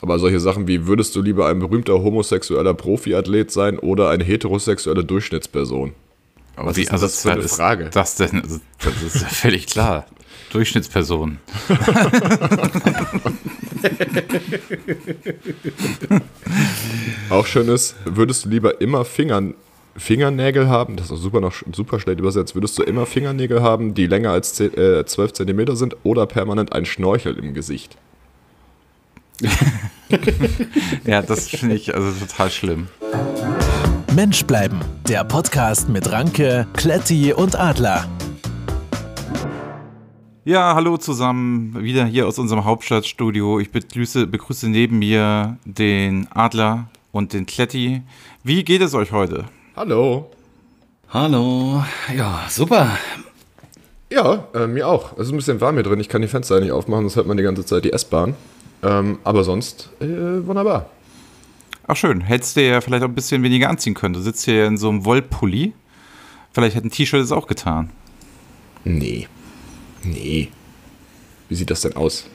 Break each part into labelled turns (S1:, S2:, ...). S1: Aber solche Sachen wie, würdest du lieber ein berühmter homosexueller Profiathlet sein oder eine heterosexuelle Durchschnittsperson? Aber was
S2: Wie
S1: ist denn das für
S2: asozial
S1: eine Frage?
S2: Ist das, denn, Also, das ist ja völlig klar. Durchschnittsperson.
S1: Auch schön ist, würdest du lieber immer Fingern, Fingernägel haben, das ist super, noch, super schlecht übersetzt, würdest du immer Fingernägel haben, die länger als 10, äh, 12 cm sind oder permanent ein Schnorchel im Gesicht?
S2: Ja, das finde ich also total schlimm.
S3: Mensch bleiben, der Podcast mit Ranke, Kletti und Adler.
S2: Ja, hallo zusammen, wieder hier aus unserem Hauptstadtstudio. Ich begrüße, begrüße neben mir den Adler und den Kletti. Wie geht es euch heute?
S1: Hallo.
S4: Hallo. Ja, super.
S1: Ja, äh, mir auch. Es ist ein bisschen warm hier drin, ich kann die Fenster nicht aufmachen, sonst hört man die ganze Zeit die S-Bahn. Ähm, aber sonst äh, wunderbar.
S2: Ach schön, hättest du ja vielleicht auch ein bisschen weniger anziehen können. Du sitzt hier in so einem Wollpulli. Vielleicht hätte ein T-Shirt es auch getan.
S1: Nee. Nee. Wie sieht das denn aus?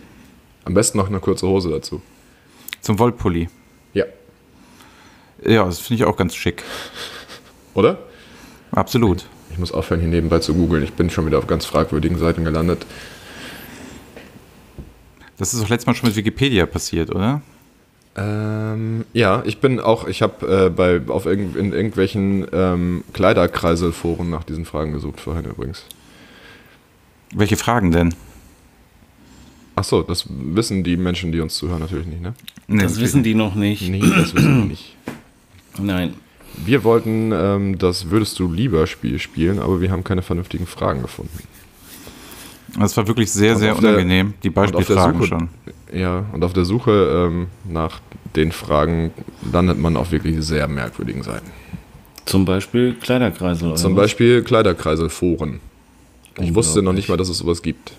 S1: Am besten noch eine kurze Hose dazu.
S2: Zum Wollpulli.
S1: Ja.
S2: Ja, das finde ich auch ganz schick.
S1: Oder?
S2: Absolut.
S1: Ich muss aufhören, hier nebenbei zu googeln. Ich bin schon wieder auf ganz fragwürdigen Seiten gelandet.
S2: Das ist doch letztes Mal schon mit Wikipedia passiert, oder?
S1: Ähm, ja, ich bin auch, ich habe äh, bei auf irgend, in irgendwelchen ähm, Kleiderkreiselforen nach diesen Fragen gesucht vorhin übrigens.
S2: Welche Fragen denn?
S1: Ach so, das wissen die Menschen, die uns zuhören, natürlich nicht, ne?
S2: Nee,
S4: Das wissen die noch nicht.
S1: Nee, das wissen die nicht.
S4: Nein.
S1: Wir wollten ähm, das Würdest du lieber Spiel spielen, aber wir haben keine vernünftigen Fragen gefunden.
S2: Das war wirklich sehr,
S1: Und
S2: sehr
S1: auf der-
S2: unangenehm. Die Beispielfragen
S1: Suche,
S2: schon.
S1: Ja, und auf der Suche ähm, nach den Fragen landet man auf wirklich sehr merkwürdigen Seiten.
S4: Zum Beispiel Kleiderkreisel. Oder
S1: Zum
S4: was?
S1: Beispiel Kleiderkreiselforen. Ich wusste noch nicht mal, dass es sowas gibt.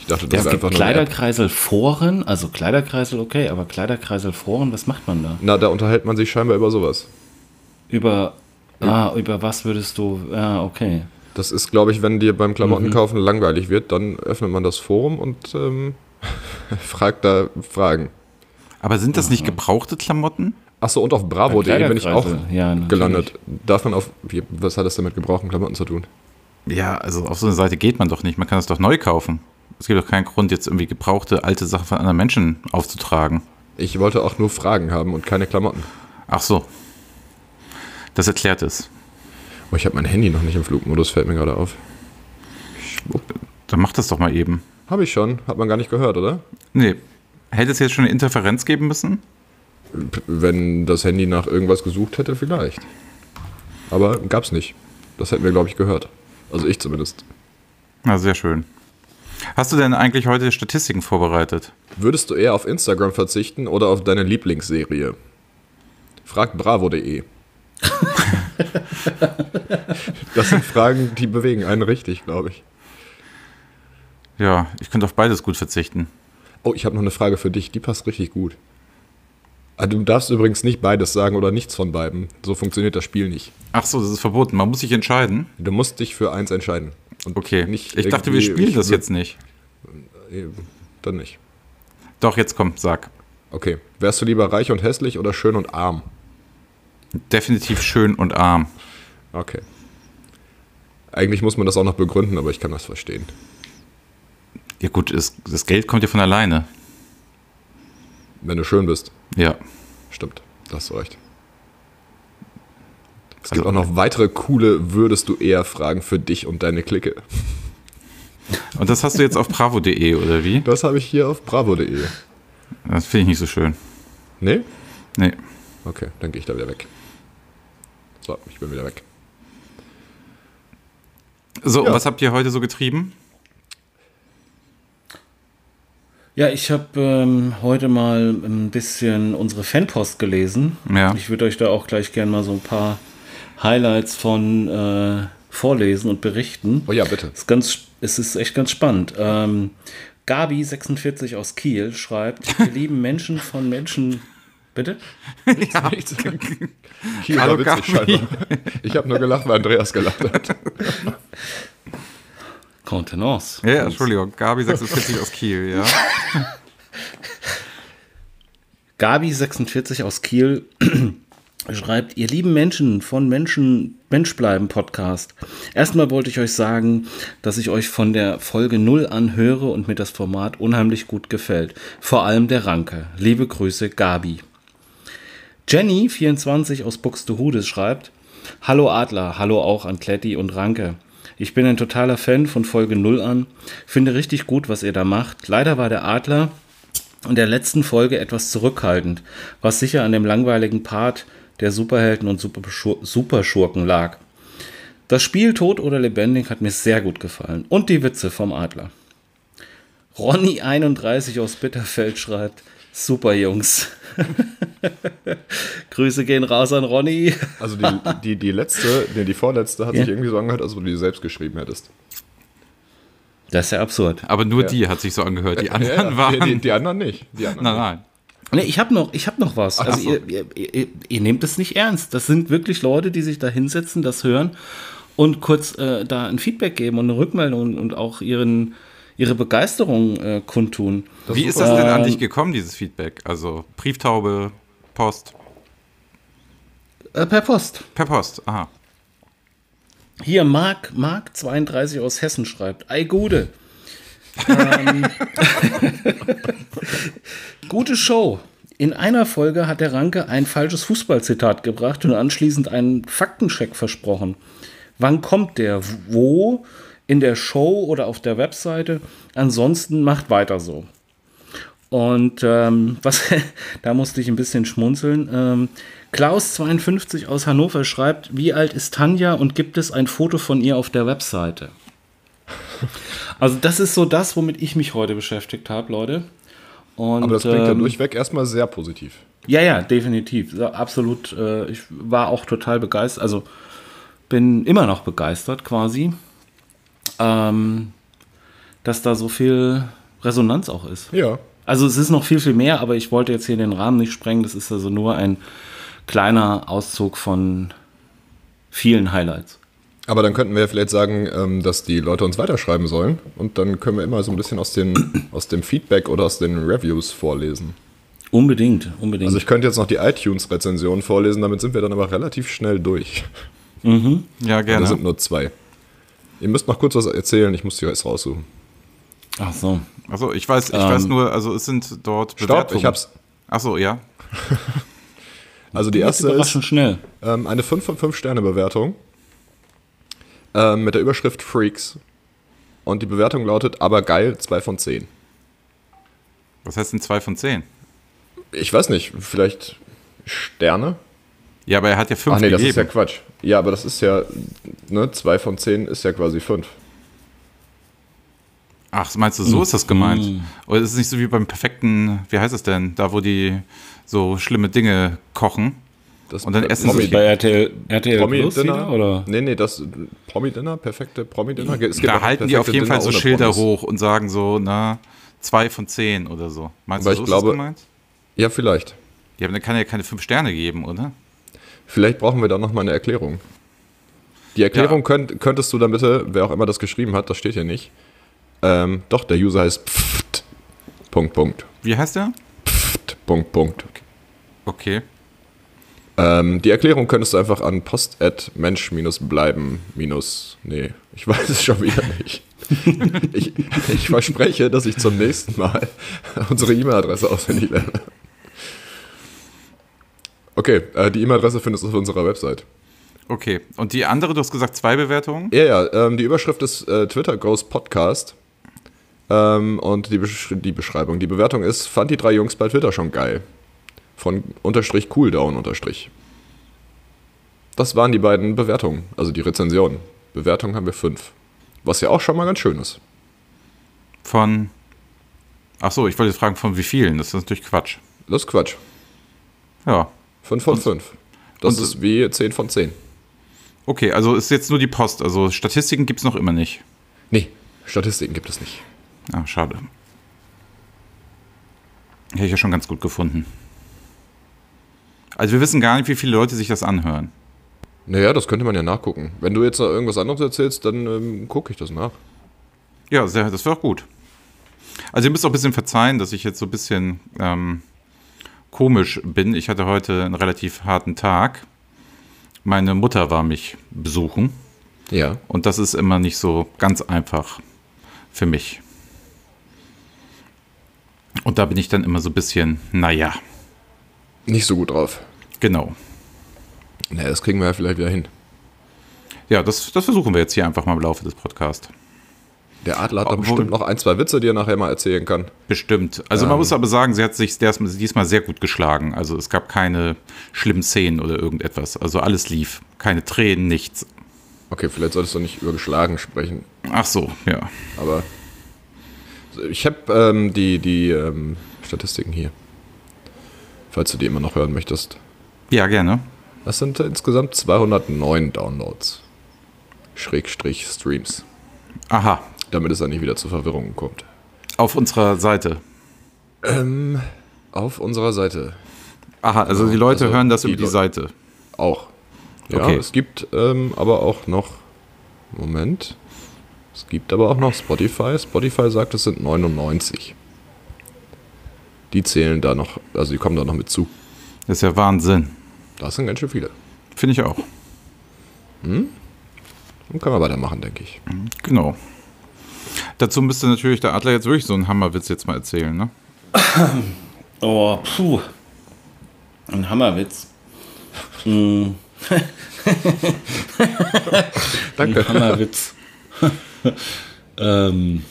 S1: Ich dachte, das
S4: Ja, es
S1: ist
S4: gibt
S1: einfach nur eine App.
S4: Kleiderkreiselforen, also Kleiderkreisel, okay, aber Kleiderkreiselforen, was macht man da?
S1: Na, da unterhält man sich scheinbar über sowas.
S4: Über, ah, über was würdest du, ah, okay.
S1: Das ist, glaube ich, wenn dir beim
S4: Mhm.
S1: Klamottenkaufen langweilig wird, dann öffnet man das Forum und ähm, fragt da Fragen.
S2: Aber sind das nicht gebrauchte Klamotten?
S1: Achso, und auf bravo.de bin ich auch
S4: Kleiderkreisel, ja, natürlich.
S1: gelandet. Darf man auf. wie- Was hat das denn mit gebrauchten Klamotten zu tun?
S2: Ja, also auf so eine Seite geht man doch nicht. Man kann es doch neu kaufen. Es gibt doch keinen Grund, jetzt irgendwie gebrauchte alte Sachen von anderen Menschen aufzutragen.
S1: Ich wollte auch nur Fragen haben und keine Klamotten.
S2: Ach so. Das erklärt es.
S1: Oh, ich habe mein Handy noch nicht im Flugmodus, fällt mir gerade auf.
S2: Dann mach das doch mal eben.
S1: Habe ich schon, hat man gar nicht gehört, oder?
S2: Nee. Hätte es jetzt schon eine Interferenz geben müssen?
S1: P- Wenn das Handy nach irgendwas gesucht hätte, vielleicht. Aber gab's nicht. Das hätten wir, glaube ich, gehört. Also ich zumindest.
S2: Na, sehr schön. Hast du denn eigentlich heute Statistiken vorbereitet?
S1: Würdest du eher auf Instagram verzichten oder auf deine Lieblingsserie? Fragt bravo.de. das sind Fragen, die bewegen einen richtig, glaube ich.
S2: Ja, ich könnte auf beides gut verzichten.
S1: Oh, ich habe noch eine Frage für dich, die passt richtig gut. Ah, Du darfst übrigens nicht beides sagen oder nichts von beiden. So funktioniert das Spiel nicht.
S2: Ach so, das ist verboten. Man muss sich entscheiden.
S1: Du musst dich für eins entscheiden. Und
S2: Okay.
S1: nicht
S2: ich dachte, wir
S1: irgendwie-
S2: spielen
S1: ich
S2: das
S1: würd- äh,
S2: jetzt nicht.
S1: Dann nicht.
S2: Doch, jetzt komm, sag.
S1: Okay. Wärst du lieber reich und hässlich oder schön und arm?
S2: Definitiv schön und arm.
S1: Okay. Eigentlich muss man das auch noch begründen, aber ich kann das verstehen.
S2: Ja gut, es, das Geld kommt ja von alleine.
S1: Wenn du schön bist.
S2: Ja.
S1: Stimmt, da hast du recht. Es
S2: Also-
S1: gibt auch noch weitere coole Würdest du eher Fragen für dich und deine Clique.
S2: Und das hast du jetzt auf bravo.de oder wie?
S1: Das habe ich hier auf bravo.de.
S2: Das finde ich nicht so schön.
S1: Nee?
S2: Nee.
S1: Okay, dann gehe ich da wieder weg. So, ich bin wieder weg.
S2: So,
S1: Ja.
S2: was habt ihr heute so getrieben?
S4: Ja, ich habe ähm, heute mal ein bisschen unsere Fanpost gelesen.
S2: Ja.
S4: Ich würde euch da auch gleich gerne mal so ein paar Highlights von äh, vorlesen und berichten.
S1: Oh ja, bitte.
S4: Ist ganz, es ist echt ganz spannend. Ähm, Gabi46 aus Kiel schreibt, wir lieben Menschen von Menschen. Bitte?
S2: ja.
S1: Kiel
S2: Hallo,
S1: war witzig
S2: Gabi.
S1: scheinbar. Ich habe nur gelacht, weil Andreas gelacht hat.
S4: Contenance.
S2: ja, Entschuldigung. Gabi 46 aus Kiel, ja.
S5: Gabi46 aus Kiel schreibt, ihr lieben Menschen von Menschen Mensch bleiben Podcast. Erstmal wollte ich euch sagen, dass ich euch von der Folge 0 anhöre und mir das Format unheimlich gut gefällt. Vor allem der Ranke. Liebe Grüße, Gabi. Jenny24 aus Buxtehude schreibt, Hallo Adler, hallo auch an Kletti und Ranke. Ich bin ein totaler Fan von Folge 0 an, finde richtig gut, was ihr da macht. Leider war der Adler in der letzten Folge etwas zurückhaltend, was sicher an dem langweiligen Part der Superhelden und Superschur- Superschurken lag. Das Spiel Tot oder Lebendig hat mir sehr gut gefallen und die Witze vom Adler. Ronny31 aus Bitterfeld schreibt, super Jungs. Grüße gehen raus an Ronny.
S1: Also die, die, die letzte, nee, die vorletzte hat sich irgendwie so angehört, als ob du die selbst geschrieben hättest.
S5: Das ist ja absurd.
S2: Aber nur die hat sich so angehört. Die anderen waren.
S1: Die, die, die anderen nicht. Die anderen
S2: nein, nein.
S5: Nee, ich habe noch, ich hab noch was. also
S2: so.
S5: ihr, ihr, ihr, ihr nehmt es nicht ernst. Das sind wirklich Leute, die sich da hinsetzen, das hören und kurz äh, da ein Feedback geben und eine Rückmeldung und auch ihren, ihre Begeisterung äh, kundtun.
S2: Wie ist das denn an dich gekommen, dieses Feedback? Also Brieftaube, Post,
S5: Äh, per Post.
S2: per Post, aha.
S5: Hier, Mark, Mark 32 aus Hessen schreibt, ei Gude. ähm, gute Show. In einer Folge hat der Ranke ein falsches Fußballzitat gebracht und anschließend einen Faktencheck versprochen. Wann kommt der? Wo? In der Show oder auf der Webseite? Ansonsten macht weiter so. Und ähm, was, da musste ich ein bisschen schmunzeln. Ähm, Klaus52 aus Hannover schreibt, wie alt ist Tanja und gibt es ein Foto von ihr auf der Webseite? Also das ist so das, womit ich mich heute beschäftigt habe, Leute. Und,
S1: Aber das klingt ja
S5: ähm,
S1: durchweg erstmal sehr positiv.
S5: ja, ja, definitiv. Ja, Absolut. Äh, ich war auch total begeistert. Also bin immer noch begeistert quasi, ähm, dass da so viel Resonanz auch ist.
S1: Ja.
S5: Also es ist noch viel, viel mehr, aber ich wollte jetzt hier den Rahmen nicht sprengen. Das ist also nur ein kleiner Auszug von vielen Highlights.
S1: Aber dann könnten wir ja vielleicht sagen, ähm, dass die Leute uns weiterschreiben sollen. Und dann können wir immer so ein bisschen aus, den, aus dem Feedback oder aus den Reviews vorlesen.
S5: Unbedingt, unbedingt.
S1: Also ich könnte jetzt noch die iTunes-Rezension vorlesen, damit sind wir dann aber relativ schnell durch.
S2: Ja,
S1: Da
S2: gerne.
S1: sind nur zwei. Ihr müsst noch kurz was erzählen, ich muss die jetzt raussuchen.
S5: Ach so.
S2: Also ich weiß, ich weiß nur, also es sind dort
S1: Ähm, Stopp, ich hab's.
S2: Achso, ja.
S1: Also die erste ist
S5: Überraschend schnell.
S1: ähm, eine 5 von 5 Sterne Bewertung ähm, mit der Überschrift Freaks. Und die Bewertung lautet, aber geil, 2 von 10.
S2: Was heißt denn 2 von 10?
S1: Ich weiß nicht, vielleicht Sterne?
S2: Ja, aber er hat ja 5
S1: Ach nee, das ist ja
S2: gegeben.
S1: Quatsch. Ja, aber das ist ja, ne, 2 von 10 ist ja quasi 5.
S2: Ach, meinst du,
S1: Mm.
S2: so ist das gemeint? Oder ist es nicht so wie beim perfekten, wie heißt es denn, da wo die so schlimme Dinge kochen?
S1: Das
S2: Und dann essen sie
S5: Also
S1: Promi-
S2: bei
S5: RTL, RTL
S1: Promi-Dinner? Nee, nee, das Promi-Dinner, perfekte Promi-Dinner. Es gibt
S2: Hm. Da
S1: auch
S2: halten die auf
S1: perfekte
S2: jeden Fall
S1: Dinner
S2: so
S1: ohne
S2: Schilder
S1: Promis.
S2: hoch und sagen so, na, 2 von 10 oder so. Meinst
S1: Aber
S2: du, so
S1: ich
S2: ist
S1: glaube-
S2: das gemeint?
S1: Ja, vielleicht.
S2: Ja, aber dann kann er ja keine 5 Sterne geben, oder?
S1: Vielleicht brauchen wir da nochmal eine Erklärung. Die Erklärung
S2: Ja.
S1: könnt, könntest du dann bitte, wer auch immer das geschrieben hat, das steht hier nicht. Ähm, doch, der User heißt Pft. Punkt, Punkt.
S2: Wie heißt der?
S1: Pft, Punkt, Punkt.
S2: Okay.
S1: Ähm, die Erklärung könntest du einfach an post at mensch bleiben minus, nee, ich weiß es schon wieder nicht. ich, ich verspreche, dass ich zum nächsten Mal unsere E-Mail-Adresse auswendig lerne. Okay, äh, die E-Mail-Adresse findest du auf unserer Website.
S2: Okay. Und die andere, du hast gesagt, zwei Bewertungen?
S1: Ja, ja, ähm, die Überschrift ist äh, Twitter Goes Podcast. Ähm, und die, Besch die Beschreibung, die Bewertung ist, fand die drei Jungs bei Twitter schon geil. Von unterstrich cooldown unterstrich. Das waren die beiden Bewertungen, also die Rezensionen. Bewertungen haben wir fünf. Was ja auch schon mal ganz schön ist.
S2: Von. Ach so, ich wollte fragen, von wie vielen? Das ist natürlich Quatsch.
S1: Das ist Quatsch.
S2: Ja.
S1: Fünf von fünf. Das
S2: und-
S1: ist wie zehn von zehn.
S2: Okay, also ist jetzt nur die Post. Also Statistiken gibt es noch immer nicht.
S1: Nee, Statistiken gibt es nicht.
S2: Ah, schade. Hätte ich ja schon ganz gut gefunden. Also wir wissen gar nicht, wie viele Leute sich das anhören.
S1: Naja, das könnte man ja nachgucken. Wenn du jetzt noch irgendwas anderes erzählst, dann ähm, gucke ich das nach.
S2: Ja, sehr, das wäre auch gut. Also ihr müsst auch ein bisschen verzeihen, dass ich jetzt so ein bisschen ähm, komisch bin. Ich hatte heute einen relativ harten Tag. Meine Mutter war mich besuchen
S1: Ja.
S2: und das ist immer nicht so ganz einfach für mich. Und da bin ich dann immer so ein bisschen, naja,
S1: Nicht so gut drauf.
S2: genau.
S1: Na, das kriegen wir ja vielleicht wieder hin.
S2: Ja, das, das versuchen wir jetzt hier einfach mal im Laufe des Podcasts.
S1: Der Adler hat doch
S2: Obwohl-
S1: bestimmt noch ein, zwei Witze, die er nachher mal erzählen kann.
S2: Bestimmt. Also man muss aber sagen, sie hat sich der- diesmal sehr gut geschlagen. Also es gab keine schlimmen Szenen oder irgendetwas. Also alles lief. Keine Tränen, nichts.
S1: Okay, vielleicht solltest du nicht über geschlagen sprechen,
S2: Ach so, ja.
S1: aber ich habe ähm, die, die ähm, Statistiken hier. Falls du die immer noch hören möchtest.
S2: Ja, gerne.
S1: Das sind insgesamt 209 Downloads. Schrägstrich Streams.
S2: Aha,
S1: Damit es dann nicht wieder zu Verwirrungen kommt.
S2: auf unserer Seite.
S1: Auf unserer Seite
S2: Aha, also
S1: Genau,
S2: die Leute
S1: also
S2: hören das
S1: die
S2: über die
S1: Leute.
S2: Seite.
S1: auch. Ja,
S2: Okay.
S1: es gibt ähm, aber auch noch. Moment. Es gibt aber auch noch Spotify. Spotify sagt, es sind 99. Die zählen da noch, also die kommen da noch mit zu.
S2: Das ist ja Wahnsinn.
S1: Das sind ganz schön viele.
S2: Finde ich auch.
S1: Und kann man weitermachen, denke ich.
S2: Genau. Dazu müsste natürlich der Adler jetzt wirklich so einen Hammerwitz jetzt mal erzählen, ne?
S5: Oh, puh. Ein Hammerwitz. Mm.
S1: Danke.
S5: Hammerwitz. ähm,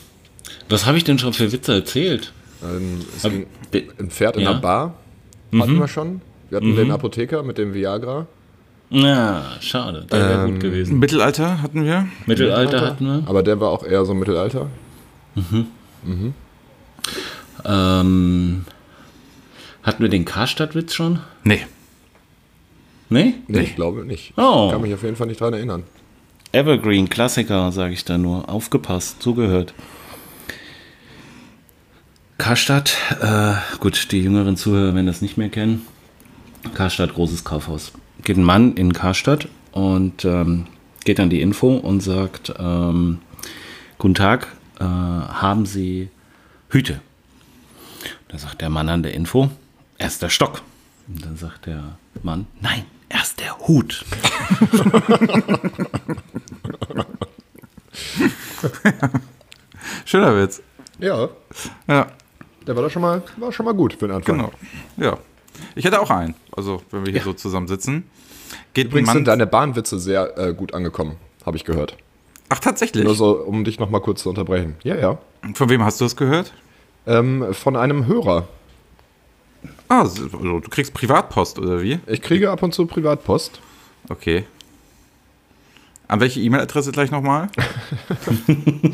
S5: was habe ich denn schon für Witze erzählt?
S1: Ähm, es
S5: Hab-
S1: ging
S5: Be-
S1: ein Pferd in
S5: Ja.
S1: der Bar hatten wir schon. Wir hatten den Apotheker mit dem Viagra.
S5: Na, schade. Der wäre gut gewesen.
S2: Mittelalter hatten wir.
S5: Mittelalter hatten wir.
S1: Aber der war auch eher so Mittelalter.
S5: Ähm, hatten wir den Karstadt-Witz schon?
S2: Nee.
S5: Nee?
S1: Nee,
S2: Nee.
S1: ich glaube nicht.
S5: Oh.
S1: Ich kann mich auf jeden Fall nicht dran erinnern.
S5: Evergreen, Klassiker, sage ich da nur. Aufgepasst, zugehört. Karstadt, äh, gut, die jüngeren Zuhörer werden das nicht mehr kennen. Karstadt, großes Kaufhaus. Geht ein Mann in Karstadt und ähm, geht an die Info und sagt, ähm, guten Tag, äh, haben Sie Hüte? Da sagt der Mann an der Info, erster Stock. Und dann sagt der Mann, nein, erst der Hut.
S2: Schöner Witz.
S1: Ja,
S2: Ja,
S1: der war da schon mal, war schon mal gut für den Anfang.
S2: genau. Ja. Ich hätte auch einen. Also, wenn wir hier so zusammensitzen. Geht ein
S1: Übrigens
S2: Mann-
S1: sind deine Bahnwitze sehr äh, gut angekommen, habe ich gehört.
S2: Ach, tatsächlich.
S1: Nur so, um dich nochmal kurz zu unterbrechen. Ja, ja.
S2: Von wem hast du das gehört?
S1: Ähm, von einem Hörer.
S2: Ah, so- also, du kriegst Privatpost oder wie?
S1: Ich kriege ab und zu Privatpost.
S2: Okay. An welche E-Mail-Adresse gleich nochmal?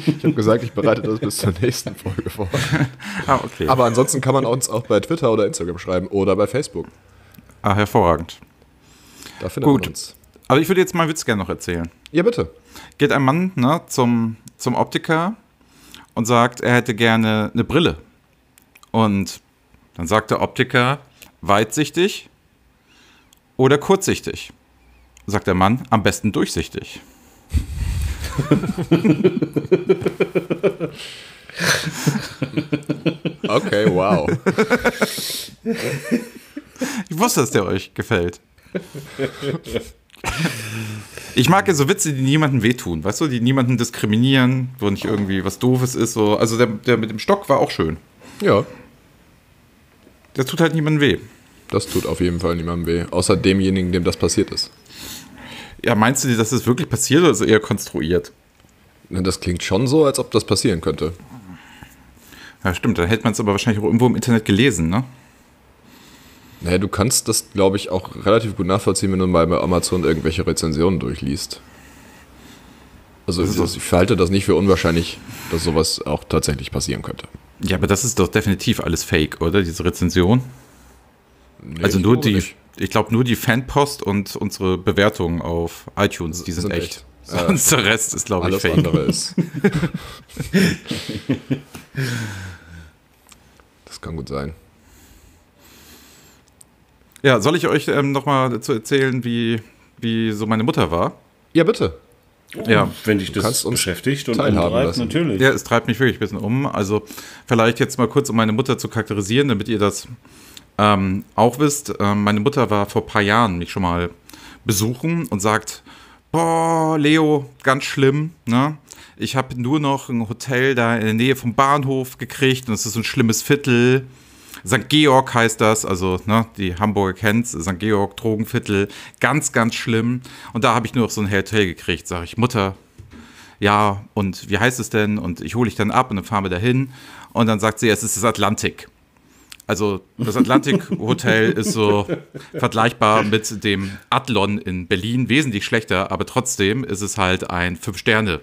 S1: Ich habe gesagt, ich bereite das bis zur nächsten Folge vor.
S2: Ah, okay.
S1: Aber ansonsten kann man uns auch bei Twitter oder Instagram schreiben oder bei Facebook.
S2: ah, hervorragend.
S1: Da findet
S2: Gut.
S1: man uns.
S2: Aber ich würde jetzt meinen Witz gerne noch erzählen.
S1: Ja, bitte.
S2: Geht ein Mann ne, zum, zum Optiker und sagt, er hätte gerne eine Brille. Und dann sagt der Optiker, weitsichtig oder kurzsichtig? Sagt der Mann, am besten durchsichtig.
S1: Okay, wow.
S2: Ich wusste, dass der euch gefällt. Ich mag ja so Witze, die niemandem wehtun, weißt du, die niemanden diskriminieren, wo nicht irgendwie was Doofes ist. So. Also der, der mit dem Stock war auch schön.
S1: Ja,
S2: Der tut halt niemandem weh.
S1: das tut auf jeden Fall niemandem weh. Außer demjenigen, dem das passiert ist.
S2: Ja, meinst du, dass das wirklich passiert oder ist es eher konstruiert?
S1: Na, Das klingt schon so, als ob das passieren könnte.
S2: Ja, stimmt, dann hätte man es aber wahrscheinlich auch irgendwo im Internet gelesen, ne?
S1: Naja, du kannst das, glaube ich, auch relativ gut nachvollziehen, wenn du mal bei Amazon irgendwelche Rezensionen durchliest. Also, das, ich halte das nicht für unwahrscheinlich, dass sowas auch tatsächlich passieren könnte.
S2: Ja, aber das ist doch definitiv alles Fake, oder? Diese Rezension. also
S1: ich
S2: nur
S1: glaube
S2: die,
S1: nicht.
S2: ich glaube nur die Fanpost und unsere Bewertungen auf iTunes, die sind,
S1: Sind
S2: echt.
S1: echt.
S2: Sonst der Rest ist, glaube ich,
S1: Alles
S2: Fake.
S1: andere ist. das kann gut sein.
S2: Ja, soll ich euch ähm, nochmal dazu erzählen, wie, wie so meine Mutter war?
S1: Ja, bitte.
S2: Ja.
S5: wenn dich das
S1: kannst uns
S5: beschäftigt und
S1: teilhaben
S5: umtreibt,
S1: lassen.
S5: natürlich.
S2: Ja, es treibt mich wirklich ein bisschen um. Also vielleicht jetzt mal kurz, um meine Mutter zu charakterisieren, damit ihr das ähm, auch wisst, ähm, meine Mutter war vor ein paar Jahren mich schon mal besuchen und sagt, boah, Leo, ganz schlimm, ne? Ich habe nur noch ein Hotel da in der Nähe vom Bahnhof gekriegt und es ist ein schlimmes Viertel. St. Georg heißt das, also ne, die Hamburger kennt's, St. Georg, Drogenviertel, ganz, ganz schlimm. Und da habe ich nur noch so ein Hotel gekriegt, sage ich, Mutter, ja, und wie heißt es denn? Und ich hole dich dann ab und dann fahren wir dahin. Und dann sagt sie, es ist das Atlantik. Also das Atlantik Hotel ist so vergleichbar mit dem Adlon in Berlin, wesentlich schlechter, aber trotzdem ist es halt ein Fünf-Sterne.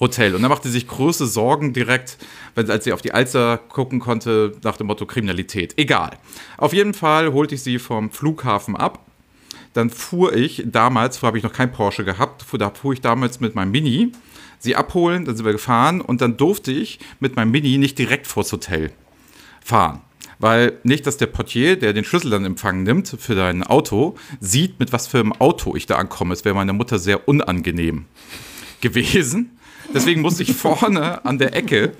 S2: Hotel. Und da machte sie sich große Sorgen direkt, wenn, als sie auf die Alster gucken konnte, nach dem Motto Kriminalität. Egal. Auf jeden Fall holte ich sie vom Flughafen ab. Dann fuhr ich damals, habe ich noch kein Porsche gehabt, fuhr, da fuhr ich damals mit meinem Mini sie abholen, dann sind wir gefahren und dann durfte ich mit meinem Mini nicht direkt vors Hotel fahren. Weil nicht, dass der Portier, der den Schlüssel dann in Empfang nimmt für dein Auto, sieht, mit was für einem Auto ich da ankomme. Es wäre meiner Mutter sehr unangenehm gewesen. Deswegen musste ich vorne an der Ecke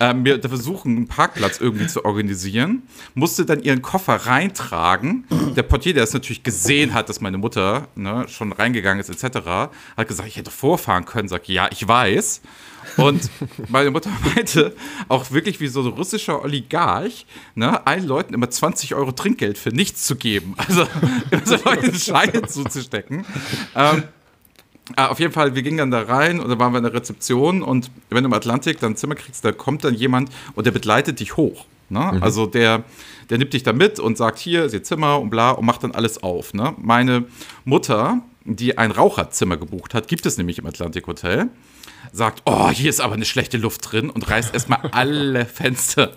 S2: äh, mir versuchen, einen Parkplatz irgendwie zu organisieren. Musste dann ihren Koffer reintragen. Der Portier, der es natürlich gesehen hat, dass meine Mutter ne, schon reingegangen ist, etc., hat gesagt, ich hätte vorfahren können. Sagt, ja, ich weiß. Und meine Mutter meinte auch wirklich wie so ein russischer Oligarch, ne, allen Leuten immer 20 Euro Trinkgeld für nichts zu geben. Also, also Leuten Scheine zuzustecken. Ähm, Ah, auf jeden Fall, wir gingen dann da rein und dann waren wir in der Rezeption und wenn du im Atlantik dann ein Zimmer kriegst, da kommt dann jemand und der begleitet dich hoch. Ne? Mhm. Also der, der nimmt dich da mit und sagt, hier ist ihr Zimmer und bla und macht dann alles auf. Ne? Meine Mutter, die ein Raucherzimmer gebucht hat, gibt es nämlich im Atlantik Hotel, sagt, oh, hier ist aber eine schlechte Luft drin und reißt erstmal alle Fenster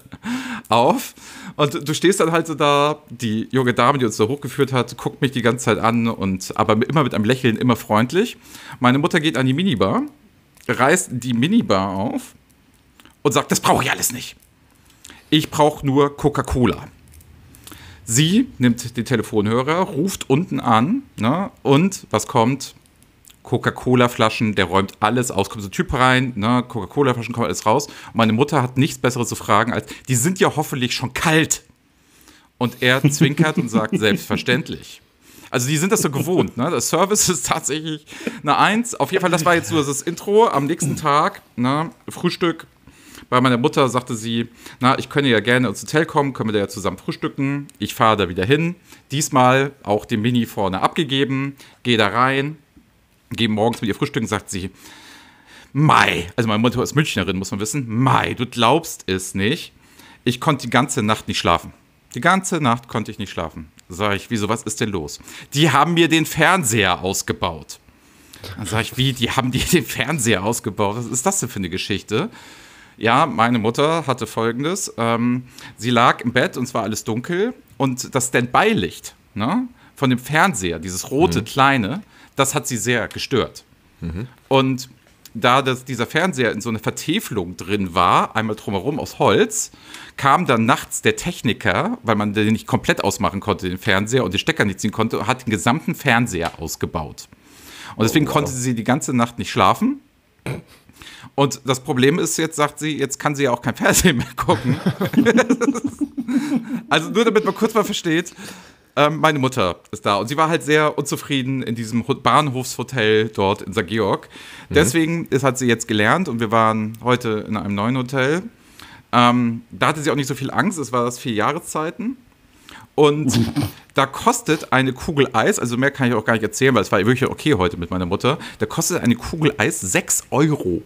S2: auf. Und du stehst dann halt so da, die junge Dame, die uns da hochgeführt hat, guckt mich die ganze Zeit an und aber immer mit einem Lächeln, immer freundlich. Meine Mutter geht an die Minibar, reißt die Minibar auf und sagt, das brauche ich alles nicht. Ich brauche nur Coca-Cola. Sie nimmt den Telefonhörer, ruft unten an ne, und was kommt? Coca-Cola-Flaschen, der räumt alles aus. Kommt so ein Typ rein, ne? Coca-Cola-Flaschen kommt alles raus. Und meine Mutter hat nichts Besseres zu fragen als, die sind ja hoffentlich schon kalt. Und er zwinkert und sagt, selbstverständlich. Also die sind das so gewohnt, ne? Der Service ist tatsächlich eine Eins. Auf jeden Fall, das war jetzt so das Intro. Am nächsten Tag, ne? Frühstück. Bei meiner Mutter sagte sie, na, ich könnte ja gerne ins Hotel kommen, können wir da ja zusammen frühstücken. Ich fahre da wieder hin. Diesmal auch den Mini vorne abgegeben, gehe da rein, gehe morgens mit ihr frühstücken, sagt sie, Mai, also meine Mutter ist Münchnerin, muss man wissen, Mai, du glaubst es nicht. Ich konnte die ganze Nacht nicht schlafen. Die ganze Nacht konnte ich nicht schlafen. Sag ich, wieso, was ist denn los? Die haben mir den Fernseher ausgebaut. Dann sag ich, wie, die haben dir den Fernseher ausgebaut? Was ist das denn für eine Geschichte? Ja, meine Mutter hatte folgendes. Ähm, sie lag im Bett und es war alles dunkel und das Standby-Licht ne, von dem Fernseher, dieses rote, mhm. kleine, das hat sie sehr gestört. Mhm. Und da das, dieser Fernseher in so einer Vertäfelung drin war, einmal drumherum aus Holz, kam dann nachts der Techniker, weil man den nicht komplett ausmachen konnte, den Fernseher und den Stecker nicht ziehen konnte, und hat den gesamten Fernseher ausgebaut. Und deswegen oh, wow. konnte sie die ganze Nacht nicht schlafen. Und das Problem ist jetzt, sagt sie, jetzt kann sie ja auch kein Fernsehen mehr gucken. also nur damit man kurz mal versteht, ähm, meine Mutter ist da und sie war halt sehr unzufrieden in diesem Bahnhofshotel dort in St. Georg. Deswegen mhm. hat sie jetzt gelernt und wir waren heute in einem neuen Hotel. Ähm, da hatte sie auch nicht so viel Angst, es war das vier Jahreszeiten. Und da kostet eine Kugel Eis, also mehr kann ich auch gar nicht erzählen, weil es war wirklich okay heute mit meiner Mutter, da kostet eine Kugel Eis 6 Euro.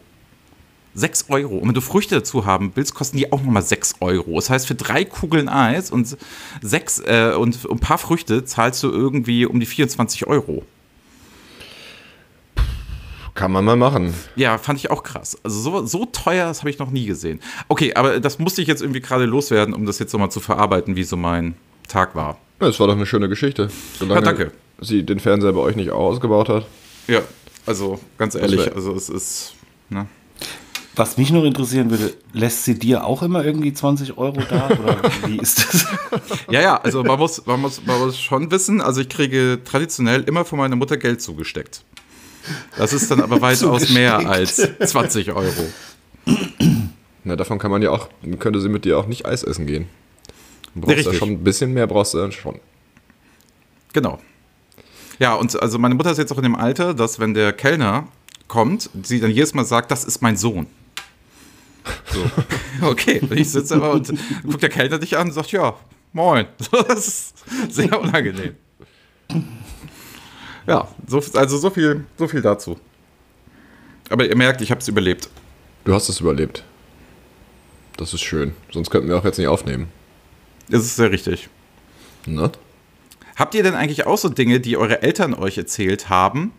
S2: 6 Euro. Und wenn du Früchte dazu haben willst, kosten die auch nochmal 6 Euro. Das heißt, für drei Kugeln Eis und, sechs, äh, und ein paar Früchte zahlst du irgendwie um die 24 Euro.
S1: Kann man mal machen.
S2: Ja, fand ich auch krass. Also so, so teuer, das habe ich noch nie gesehen. Okay, aber das musste ich jetzt irgendwie gerade loswerden, um das jetzt nochmal zu verarbeiten, wie so mein Tag war.
S1: Ja, das war doch eine schöne Geschichte. Solange ja, danke. sie den Fernseher bei euch nicht ausgebaut hat.
S2: Ja, also ganz ehrlich, also es ist... Ne?
S5: Was mich noch interessieren würde, lässt sie dir auch immer irgendwie 20 Euro da? Oder wie ist das?
S2: ja, ja, also man muss, man, muss, man muss schon wissen, also ich kriege traditionell immer von meiner Mutter Geld zugesteckt. Das ist dann aber weitaus mehr als 20 Euro.
S1: Na, davon kann man ja auch, könnte sie mit dir auch nicht Eis essen gehen. Du brauchst ja
S2: Richtig.
S1: schon ein bisschen mehr, brauchst du dann schon.
S2: Genau. Ja, und also meine Mutter ist jetzt auch in dem Alter, dass wenn der Kellner kommt, sie dann jedes Mal sagt, das ist mein Sohn. So. Okay, und ich sitze aber und guckt der Kellner dich an und sagt, ja, moin. So, Das ist sehr unangenehm. Ja, so, also so viel, so viel dazu. Aber ihr merkt, ich habe es überlebt.
S1: Du hast es überlebt. Das ist schön. Sonst könnten wir auch jetzt nicht aufnehmen.
S2: Das ist sehr richtig.
S1: Ne?
S2: Habt ihr denn eigentlich auch so Dinge, die eure Eltern euch erzählt haben,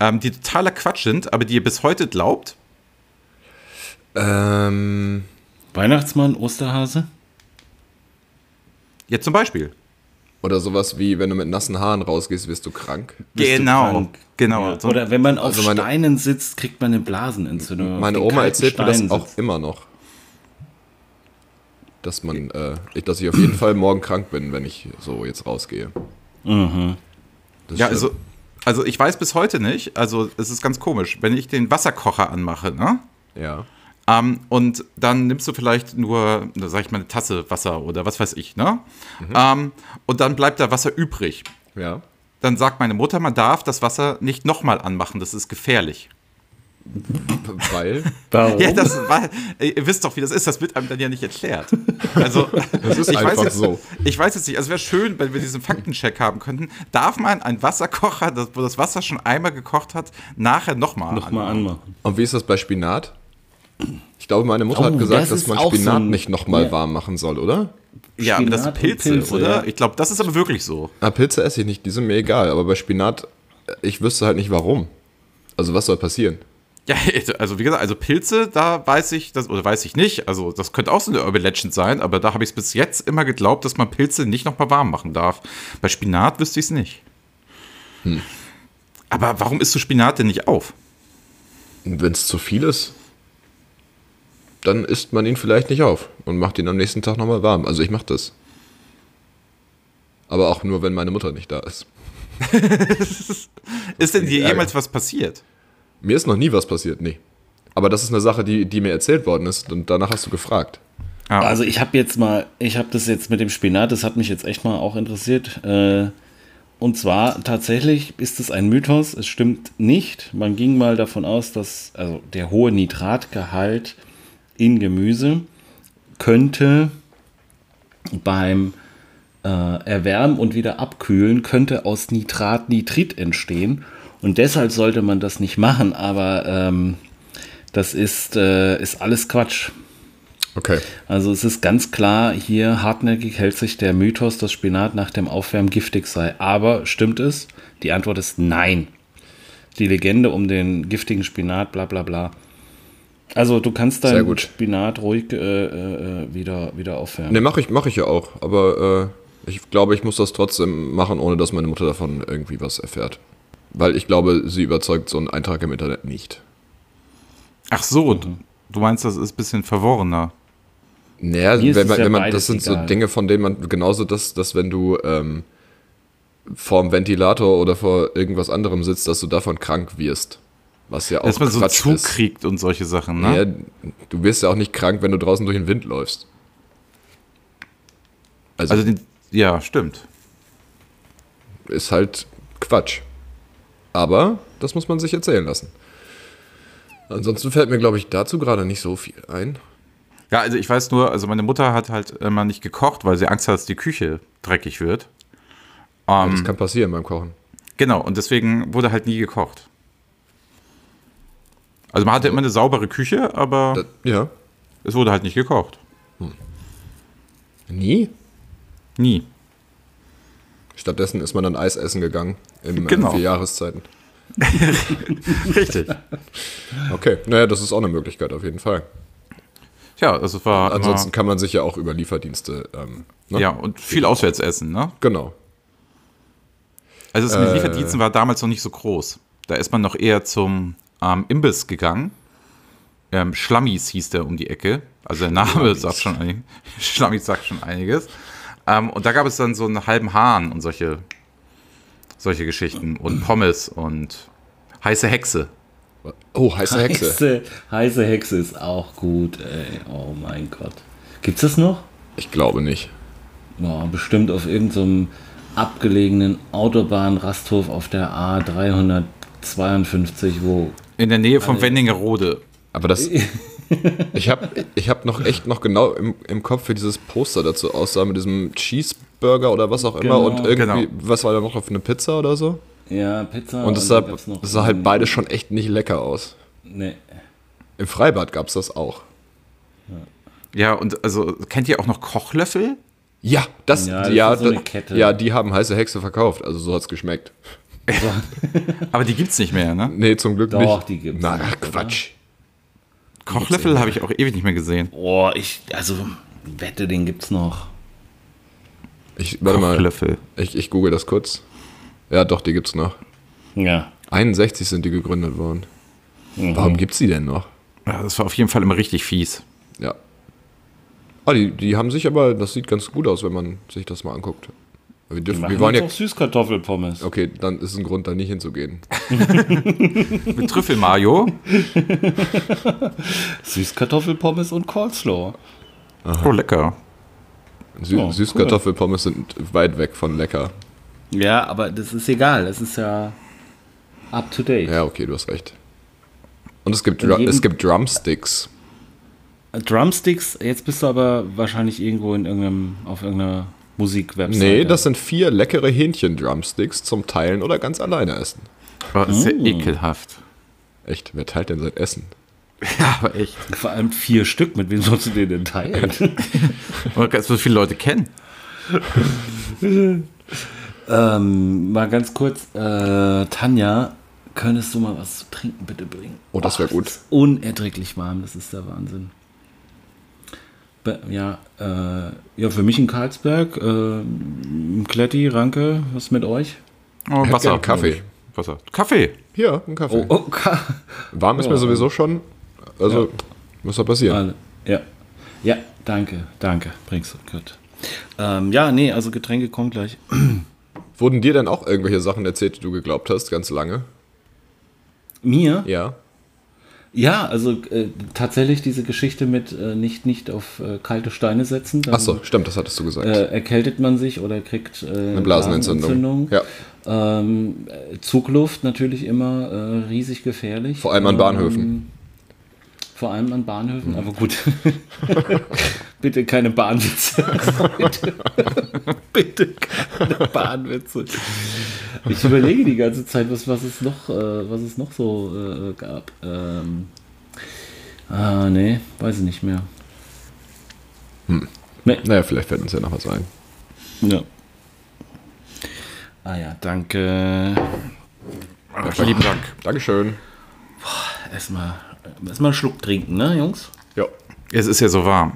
S2: ähm, die totaler Quatsch sind, aber die ihr bis heute glaubt?
S1: Ähm,
S5: Weihnachtsmann, Osterhase?
S2: Ja, zum Beispiel.
S1: oder sowas wie, wenn du mit nassen Haaren rausgehst, wirst du krank.
S5: Bist du
S2: Genau.
S5: krank?
S2: Genau.
S5: Ja.
S2: So-
S5: Oder wenn man auf
S1: Also meine-
S5: Steinen sitzt, kriegt man eine Blasenentzündung. wenn man
S1: Meine
S5: auf den
S1: Oma
S5: kalten
S1: erzählt mir
S5: Steinen
S1: das auch
S5: sitzt.
S1: immer noch. Dass man, äh, ich, dass ich auf jeden Fall morgen krank bin, wenn ich so jetzt rausgehe. Das
S2: Mhm. ja,
S1: stimmt.
S2: also, also ich weiß bis heute nicht. Also es ist ganz komisch. Wenn ich den Wasserkocher anmache, ne?
S1: Ja.
S2: Ähm, und dann nimmst du vielleicht nur, na, sag ich mal, eine Tasse Wasser oder was weiß ich, ne?
S1: Mhm.
S2: Ähm, und dann bleibt da Wasser übrig.
S1: Ja.
S2: Dann sagt meine Mutter, man darf das Wasser nicht nochmal anmachen, das ist gefährlich.
S1: Weil.
S4: Warum?
S2: Ja, das war, äh, ihr wisst doch, wie das ist, das wird einem dann ja nicht erklärt. Also, das
S1: ist einfach so.
S2: Ich weiß jetzt nicht, also wäre schön, wenn wir diesen Faktencheck haben könnten. Darf man einen Wasserkocher, das, wo das Wasser schon einmal gekocht hat, nachher nochmal
S5: Nochmal anmachen.
S1: Und wie ist das bei Spinat? Ich glaube, meine Mutter
S5: Oh,
S1: hat gesagt,
S5: das
S1: dass
S5: ist
S1: man
S5: auch so
S1: Spinat
S5: ein-
S1: nicht nochmal
S5: ja.
S1: warm machen soll, oder?
S2: Ja, aber das sind
S5: Spinat und
S2: Pilze,
S5: Pilze,
S2: oder?
S5: ja.
S2: Ich glaube, das ist aber wirklich so.
S1: Ah, Pilze esse ich nicht, die sind mir egal, aber bei Spinat, äh, ich wüsste halt nicht warum. Also was soll passieren?
S2: Ja, also wie gesagt, also Pilze, da weiß ich, das, oder weiß ich nicht, also das könnte auch so eine Urban Legend sein, aber da habe ich es bis jetzt immer geglaubt, dass man Pilze nicht nochmal warm machen darf. Bei Spinat wüsste ich es nicht. Aber warum isst du Spinat denn nicht auf?
S1: Wenn es zu viel ist, dann isst man ihn vielleicht nicht auf und macht ihn am nächsten Tag nochmal warm. Also ich mache das. Aber auch nur, wenn meine Mutter nicht da ist.
S2: Ist denn dir
S1: Ärger.
S2: jemals was passiert?
S1: Mir ist noch nie was passiert, nee. Aber das ist eine Sache, die, die mir erzählt worden ist und danach hast du gefragt.
S2: Ah,
S5: Also ich habe jetzt mal, ich habe das jetzt mit dem Spinat, das hat mich jetzt echt mal auch interessiert. Äh, Und zwar tatsächlich ist es ein Mythos, es stimmt nicht. Man ging mal davon aus, dass also der hohe Nitratgehalt in Gemüse könnte beim äh, Erwärmen und wieder Abkühlen könnte aus Nitrat Nitrit entstehen. Und deshalb sollte man das nicht machen, aber ähm, das ist, äh, ist alles Quatsch.
S1: Okay.
S5: Also es ist ganz klar, hier hartnäckig hält sich der Mythos, dass Spinat nach dem Aufwärmen giftig sei. Aber stimmt es? Die Antwort ist nein. Die Legende um den giftigen Spinat, bla bla bla. Also du kannst
S1: Sehr
S5: deinen
S1: gut.
S5: Spinat ruhig äh, äh, äh, wieder, wieder aufwärmen.
S1: Ne, mache ich, mach ich ja auch. Aber äh, ich glaube, ich muss das trotzdem machen, ohne dass meine Mutter davon irgendwie was erfährt. Weil ich glaube, sie überzeugt so einen Eintrag im Internet nicht.
S2: Ach so, du- du meinst, das ist ein bisschen verworrener.
S1: Naja,
S5: Mir ist
S1: wenn
S5: es
S1: man,
S5: ja
S1: wenn man, das
S5: beides
S1: sind so
S5: egal.
S1: Dinge, von denen man genauso das, dass wenn du ähm, vor dem Ventilator oder vor irgendwas anderem sitzt, dass du davon krank wirst. Was ja auch
S2: Dass man so
S1: Quatsch ist.
S2: zukriegt und solche Sachen, ne?
S1: Ja, du wirst ja auch nicht krank, wenn du draußen durch den Wind läufst. Also,
S2: Also, den, ja, stimmt.
S1: ist halt Quatsch. Aber das muss man sich erzählen lassen. Ansonsten fällt mir, glaube ich, dazu gerade nicht so viel ein.
S2: Ja, also ich weiß nur, also meine Mutter hat halt immer nicht gekocht, weil sie Angst hat, dass die Küche dreckig wird.
S1: Aber
S2: Ähm,
S1: Das kann passieren beim Kochen.
S2: genau, und deswegen wurde halt nie gekocht. Also man hatte immer eine saubere Küche, aber
S1: Da, ja.
S2: es wurde halt nicht gekocht.
S1: Nie?
S2: Nie.
S1: Stattdessen ist man dann Eis essen gegangen im
S2: Genau.
S1: äh, vier Jahreszeiten.
S2: Richtig.
S1: Okay, naja, das ist auch eine Möglichkeit auf jeden Fall.
S2: Tja, also es war
S1: Ansonsten kann man sich ja auch über Lieferdienste. Ähm, ne?
S2: immer, ja, und viel Auswärtsessen, ne?
S1: Genau.
S2: Also das mit Lieferdiensten war damals noch nicht so groß. Da ist man noch eher zum ähm, Imbiss gegangen. Ähm, Schlammis hieß der um die Ecke. Also der Name sagt schon einiges. Schlammis sagt schon einiges. Ähm, und da gab es dann so einen halben Hahn und solche, solche Geschichten und Pommes und heiße Hexe.
S1: Oh, heiße Hexe.
S5: Hexe, heiße Hexe ist auch gut, ey. Oh mein Gott. Gibt's das noch?
S1: Ich glaube nicht.
S5: ja, bestimmt auf irgendeinem abgelegenen Autobahnrasthof auf der A352, wo
S2: In der Nähe von Wenningerode.
S1: Aber das. ich habe ich hab noch echt noch genau im, im Kopf, wie dieses Poster dazu aussah, mit diesem Cheeseburger oder was auch immer
S5: Genau,
S1: und irgendwie,
S2: genau.
S1: was war da noch auf eine Pizza oder so?
S5: ja, Pizza
S1: Und es
S5: da
S1: sah,
S5: gab's noch
S1: es sah halt
S5: irgendwie-
S1: beides schon echt nicht lecker aus.
S5: Nee.
S1: Im Freibad gab es das auch.
S2: Ja, und also kennt ihr auch noch Kochlöffel?
S1: Ja, das,
S5: Ja,
S1: ja,
S5: das ist so
S1: da-
S5: eine Kette.
S1: ja, die haben heiße Hexe verkauft, also so hat's geschmeckt.
S2: Aber die gibt's nicht mehr, ne?
S1: Nee, zum Glück
S5: Doch,
S1: nicht.
S5: die gibt's
S1: Na,
S5: noch, oder?
S1: Quatsch.
S2: Kochlöffel habe ich auch ewig nicht mehr gesehen.
S5: Boah, ich, also, wette, den gibt's noch.
S1: Ich, warte mal,
S2: Kochlöffel.
S1: ich, ich google das kurz. Ja, doch, die gibt's noch.
S5: Ja.
S1: 61 sind die gegründet worden.
S5: Mhm.
S1: Warum gibt's die denn noch?
S2: Ja, das war auf jeden Fall immer richtig fies.
S1: Ja. Ah, die, die haben sich aber, das sieht ganz gut aus, wenn man sich das mal anguckt. Wir, dürfen, wir
S5: Machen
S1: wollen
S5: jetzt
S1: ja.
S5: auch Süßkartoffelpommes.
S1: Okay, dann ist ein Grund, da nicht hinzugehen.
S2: Mit Trüffelmayo.
S5: Süßkartoffelpommes und Coleslaw.
S2: Oh, lecker.
S1: Sü
S5: Oh,
S1: Süßkartoffelpommes sind weit weg von lecker.
S5: Ja, aber das ist egal. Das ist ja up to date.
S1: Ja, okay, du hast recht. Und es gibt,
S5: In
S1: Dru
S5: jedem-
S1: es gibt Drumsticks.
S5: Drumsticks, jetzt bist du aber wahrscheinlich irgendwo in irgendeinem, auf irgendeiner Musik-Webseite.
S1: Nee, das sind vier leckere Hähnchen-Drumsticks zum Teilen oder ganz alleine essen.
S2: Aber das ist ja ekelhaft.
S1: Echt, wer teilt denn sein Essen?
S2: Aber echt.
S5: Vor allem vier Stück, mit wem sollst du den denn teilen?
S2: Und ganz so viele Leute kennen.
S5: ähm, mal ganz kurz, äh, Tanja, könntest du mal was zu trinken bitte bringen?
S1: Oh, das wär
S5: Ach,
S1: gut.
S5: ist unerträglich warm, das ist der Wahnsinn. Be ja, äh, ja, für mich in Karlsberg, äh, Kletti, Ranke, was mit euch?
S2: Oh,
S1: hätte
S2: Wasser.
S1: gern Kaffee.
S2: Wasser. Kaffee.
S1: Hier, ein Kaffee.
S5: Oh, oh, Ka-
S1: Warm ist mir sowieso schon. Also, muss doch passieren.
S5: Alle. Ja. Ja, danke, danke. Bringst du, gut. Ähm, ja, nee, also Getränke kommen gleich.
S1: Wurden dir denn auch irgendwelche Sachen erzählt, die du geglaubt hast, ganz lange?
S5: Mir? Ja,
S1: Ja.
S5: also äh, tatsächlich diese Geschichte mit äh, nicht, nicht auf äh, kalte Steine setzen. dann,
S1: Achso, stimmt, das hattest du gesagt.
S5: Äh, erkältet man sich oder kriegt äh,
S1: Eine Blasenentzündung. Ja,
S5: Ähm, äh, Zugluft natürlich immer äh, riesig gefährlich.
S1: Vor allem an
S5: ähm,
S1: Bahnhöfen. Mhm.
S5: Vor allem an Bahnhöfen, aber gut. Bitte keine Bahnwitze. Leute. Bitte keine Bahnwitze. Ich überlege die ganze Zeit, was, was, es, noch, äh, was es noch so äh, gab. Ähm, ah, nee, weiß ich nicht mehr.
S1: Hm. naja, vielleicht fällt uns ja noch was ein.
S5: Ja. Ah ja, danke.
S2: Lieben Dank.
S1: Dankeschön.
S5: Erstmal, erstmal einen Schluck trinken, ne, Jungs?
S1: Ja,
S2: Es ist ja so warm.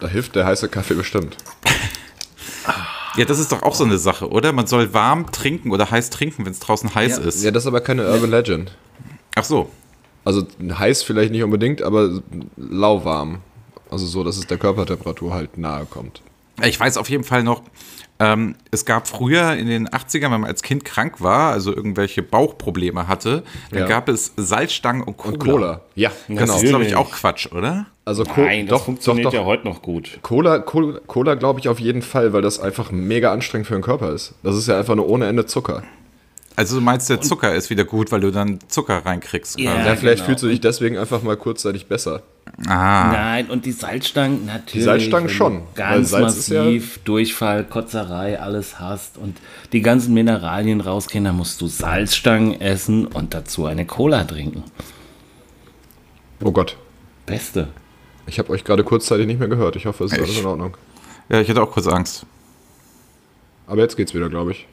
S1: da hilft der heiße Kaffee bestimmt.
S2: Ja, das ist doch auch so eine Sache, oder? Man soll warm trinken oder heiß trinken, wenn es draußen heiß ist.
S1: Ja, das ist aber keine Urban Legend.
S2: Ach so.
S1: Also heiß vielleicht nicht unbedingt, aber lauwarm. Also so, dass es der Körpertemperatur halt nahe kommt.
S2: Ich weiß auf jeden Fall noch, ähm, es gab früher in den 80ern, wenn man als Kind krank war, also irgendwelche Bauchprobleme hatte, dann
S1: Ja.
S2: gab es Salzstangen und Cola.
S1: Und Cola. Ja,
S2: Das
S1: genau.
S2: ist, glaube ich, auch Quatsch, oder?
S1: Also Co doch, doch, doch.
S5: heute noch gut.
S1: Cola, Cola, Cola glaube ich auf jeden Fall, weil das einfach mega anstrengend für den Körper ist. Das ist ja einfach nur ohne Ende Zucker.
S2: Also du meinst, der Zucker ist wieder gut, weil du dann Zucker reinkriegst.
S5: Ja.
S1: Ja, vielleicht
S5: genau.
S1: fühlst du dich deswegen einfach mal kurzzeitig besser.
S2: Ah,
S5: Nein, und die Salzstangen natürlich.
S1: Die Salzstangen
S5: wenn du
S1: schon, weil
S5: Ganz
S1: Salz ist ja-
S5: massiv, Durchfall, Kotzerei, alles hast und die ganzen Mineralien rausgehen, dann musst du Salzstangen essen und dazu eine Cola trinken.
S1: Oh Gott.
S5: Beste.
S1: Ich habe euch gerade kurzzeitig nicht mehr gehört. Ich hoffe, es ist alles in Ordnung.
S2: ja, ich hatte auch kurz Angst.
S1: Aber jetzt geht's wieder, glaube ich.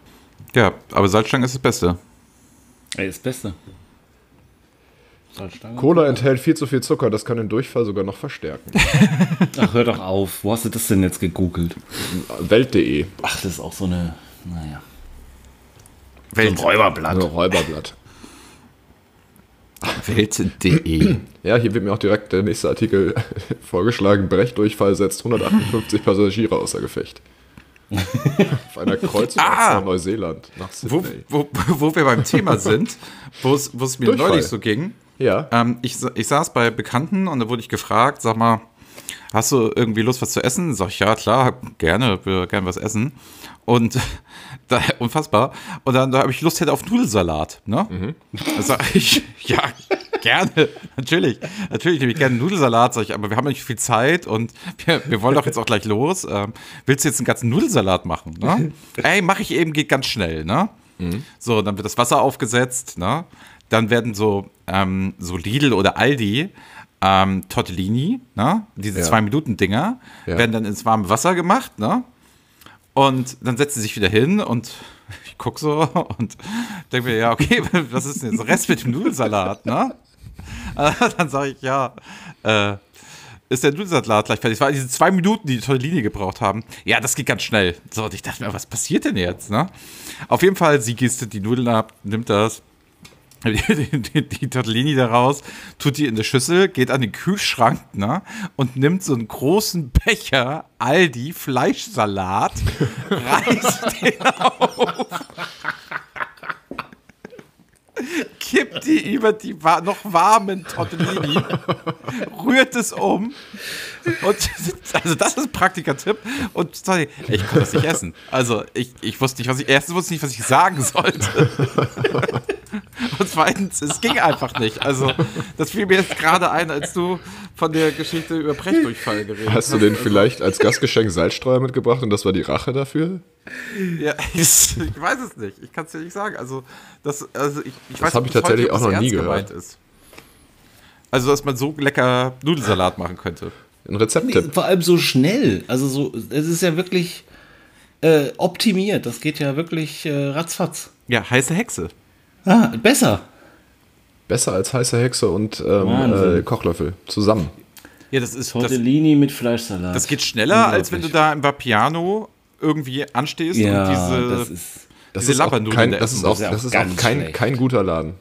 S2: Ja, aber Salzstangen ist das Beste.
S5: Ey, ist Beste. Salzstangen?
S1: Cola enthält viel zu viel Zucker, das kann den Durchfall sogar noch verstärken.
S5: Ach, hör doch auf. Wo hast du das denn jetzt gegoogelt?
S1: Welt.de,
S5: Ach, das ist auch so eine. Naja.
S2: Welt.
S5: Räuberblatt.
S1: also Räuberblatt.
S2: Welt.de.
S1: Ja, hier wird mir auch direkt der nächste Artikel vorgeschlagen. Brechdurchfall setzt 158 Passagiere außer Gefecht. Auf einer Kreuzfahrt
S2: Ah!
S1: nach Neuseeland, nach
S2: wo,
S1: Sydney.
S2: wo, wo wir beim Thema sind, wo es wo es mir
S1: Durchfall.
S2: neulich so ging.
S1: Ja.
S2: Ähm, ich, sa- ich saß bei Bekannten und da wurde ich gefragt, sag mal, hast du irgendwie Lust, was zu essen? Sag ich, ja, klar, gerne, wir gerne was essen. Und da, unfassbar. Und dann da habe ich Lust hätte auf Nudelsalat. Ne? Da sag ich, ja, gerne, natürlich. Natürlich nehme ich gerne Nudelsalat, sag ich, aber wir haben nicht viel Zeit und wir, wir wollen doch jetzt auch gleich los. Ähm, willst du jetzt einen ganzen Nudelsalat machen? Ne? Ey, mache ich eben, geht ganz schnell, ne? So, dann wird das Wasser aufgesetzt, ne? Dann werden so, ähm, so Lidl oder Aldi ähm, Tortellini, ne? Diese
S1: Ja.
S2: Zwei-Minuten-Dinger,
S1: Ja.
S2: werden dann ins warme Wasser gemacht, ne? Und dann setzt sie sich wieder hin und ich gucke so und denke mir, ja, okay, was ist denn jetzt der Rest mit dem Nudelsalat, ne? Äh, Dann sage ich, ja, äh, ist der Nudelsalat gleich fertig? Es waren diese zwei Minuten, die die Tortellini gebraucht haben. Ja, das geht ganz schnell. So, und ich dachte mir, was passiert denn jetzt, ne? Auf jeden Fall, sie gießt die Nudeln ab, nimmt das, die, die, die Tortellini da raus, tut die in eine Schüssel, geht an den Kühlschrank ne, und nimmt so einen großen Becher Aldi Fleischsalat, reißt den auf, kippt die über die wa noch warmen Tortellini, rührt es um und also das ist ein Praktikertipp und sorry, ich konnte das nicht essen. Also ich, ich wusste nicht, was ich erstens wusste ich nicht, was ich sagen sollte. Und zweitens, es ging einfach nicht. Also, das fiel mir jetzt gerade ein, als du von der Geschichte über Brechdurchfall geredet hast.
S1: Hast du den vielleicht als Gastgeschenk Salzstreuer mitgebracht und das war die Rache dafür?
S2: Ja, ich, ich weiß es nicht. Ich kann es dir nicht sagen. Also, das, also ich, ich weiß
S1: hab ich
S2: bis heute
S1: tatsächlich
S2: ob
S1: auch
S2: das
S1: noch nie
S2: ernst
S1: gehört.
S2: gemeint Ist. Also, dass man so lecker Nudelsalat machen könnte.
S1: Ein Rezepttipp.
S5: Vor allem so schnell. Also so, es ist ja wirklich äh, optimiert. Das geht ja wirklich äh, ratzfatz.
S2: Ja, heiße Hexe.
S5: Ah, besser.
S1: Besser als heiße Hexe und ähm,
S5: Wahnsinn.
S1: äh, Kochlöffel. Zusammen.
S2: Ja, das ist. Das,
S5: Tortellini mit Fleischsalat.
S2: das geht schneller, als wenn du
S5: Unglaublich.
S2: da im Vapiano irgendwie anstehst und
S5: Ja,
S2: diese.
S5: das ist.
S1: Das
S2: Diese
S1: ist, auch
S2: Lappernudeln
S1: kein,
S2: da
S1: das
S2: essen
S1: ist auch,
S5: muss, ist
S1: das
S5: auch
S1: ist auch
S5: ganz
S1: kein,
S5: schlecht.
S1: kein guter Laden.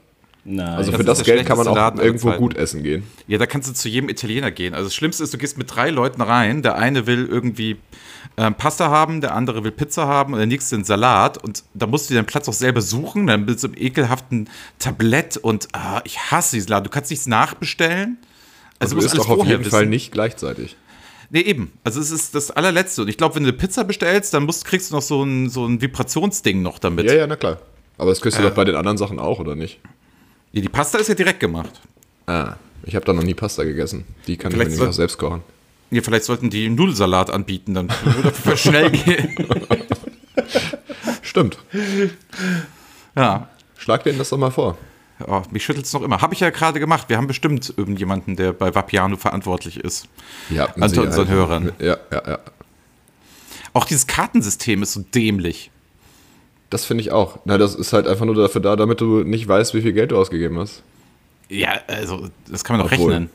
S5: Nein.
S1: Also
S2: Das
S1: für
S2: ist
S1: das
S2: der
S1: Geld kann man
S2: schlechteste
S1: auch
S2: Laden aller
S1: irgendwo
S2: Zeiten.
S1: gut essen gehen.
S2: Ja, da kannst du zu jedem Italiener gehen. Also das Schlimmste ist, du gehst mit drei Leuten rein. Der eine will irgendwie ähm, Pasta haben, der andere will Pizza haben und der nächste einen Salat. Und da musst du dir deinen Platz auch selber suchen. Dann mit so einem ekelhaften Tablett und ah, ich hasse diesen Laden. Du kannst nichts nachbestellen.
S1: Also ist doch auf jeden Fall nicht gleichzeitig.
S2: Nee, eben. Also es ist das allerletzte. Und ich glaube, wenn du eine Pizza bestellst, dann musst, kriegst du noch so ein, so ein Vibrationsding noch damit.
S1: Ja, ja, na klar. Aber das kriegst du doch bei den anderen Sachen auch, oder nicht?
S2: Ja, die Pasta ist ja direkt gemacht.
S1: Ah, ich habe da noch nie Pasta gegessen. Die kann
S2: Vielleicht
S1: ich mir
S2: soll-
S1: nämlich auch selbst kochen.
S2: Ja, vielleicht sollten die einen Nudelsalat anbieten, dann würde das schnell gehen.
S1: Stimmt.
S2: Ja,
S1: Schlag denen das doch mal vor.
S2: Oh, mich schüttelt es noch immer. Habe ich ja gerade gemacht. Wir haben bestimmt irgendjemanden, der bei Vapiano verantwortlich ist.
S1: Ja,
S2: An
S1: sicher.
S2: unseren Hörern.
S1: Ja, ja, ja.
S2: Auch dieses Kartensystem ist so dämlich.
S1: Das finde ich auch. Na, das ist halt einfach nur dafür da, damit du nicht weißt, wie viel Geld du ausgegeben hast.
S2: Ja, also, das kann man doch
S1: Obwohl-
S2: rechnen.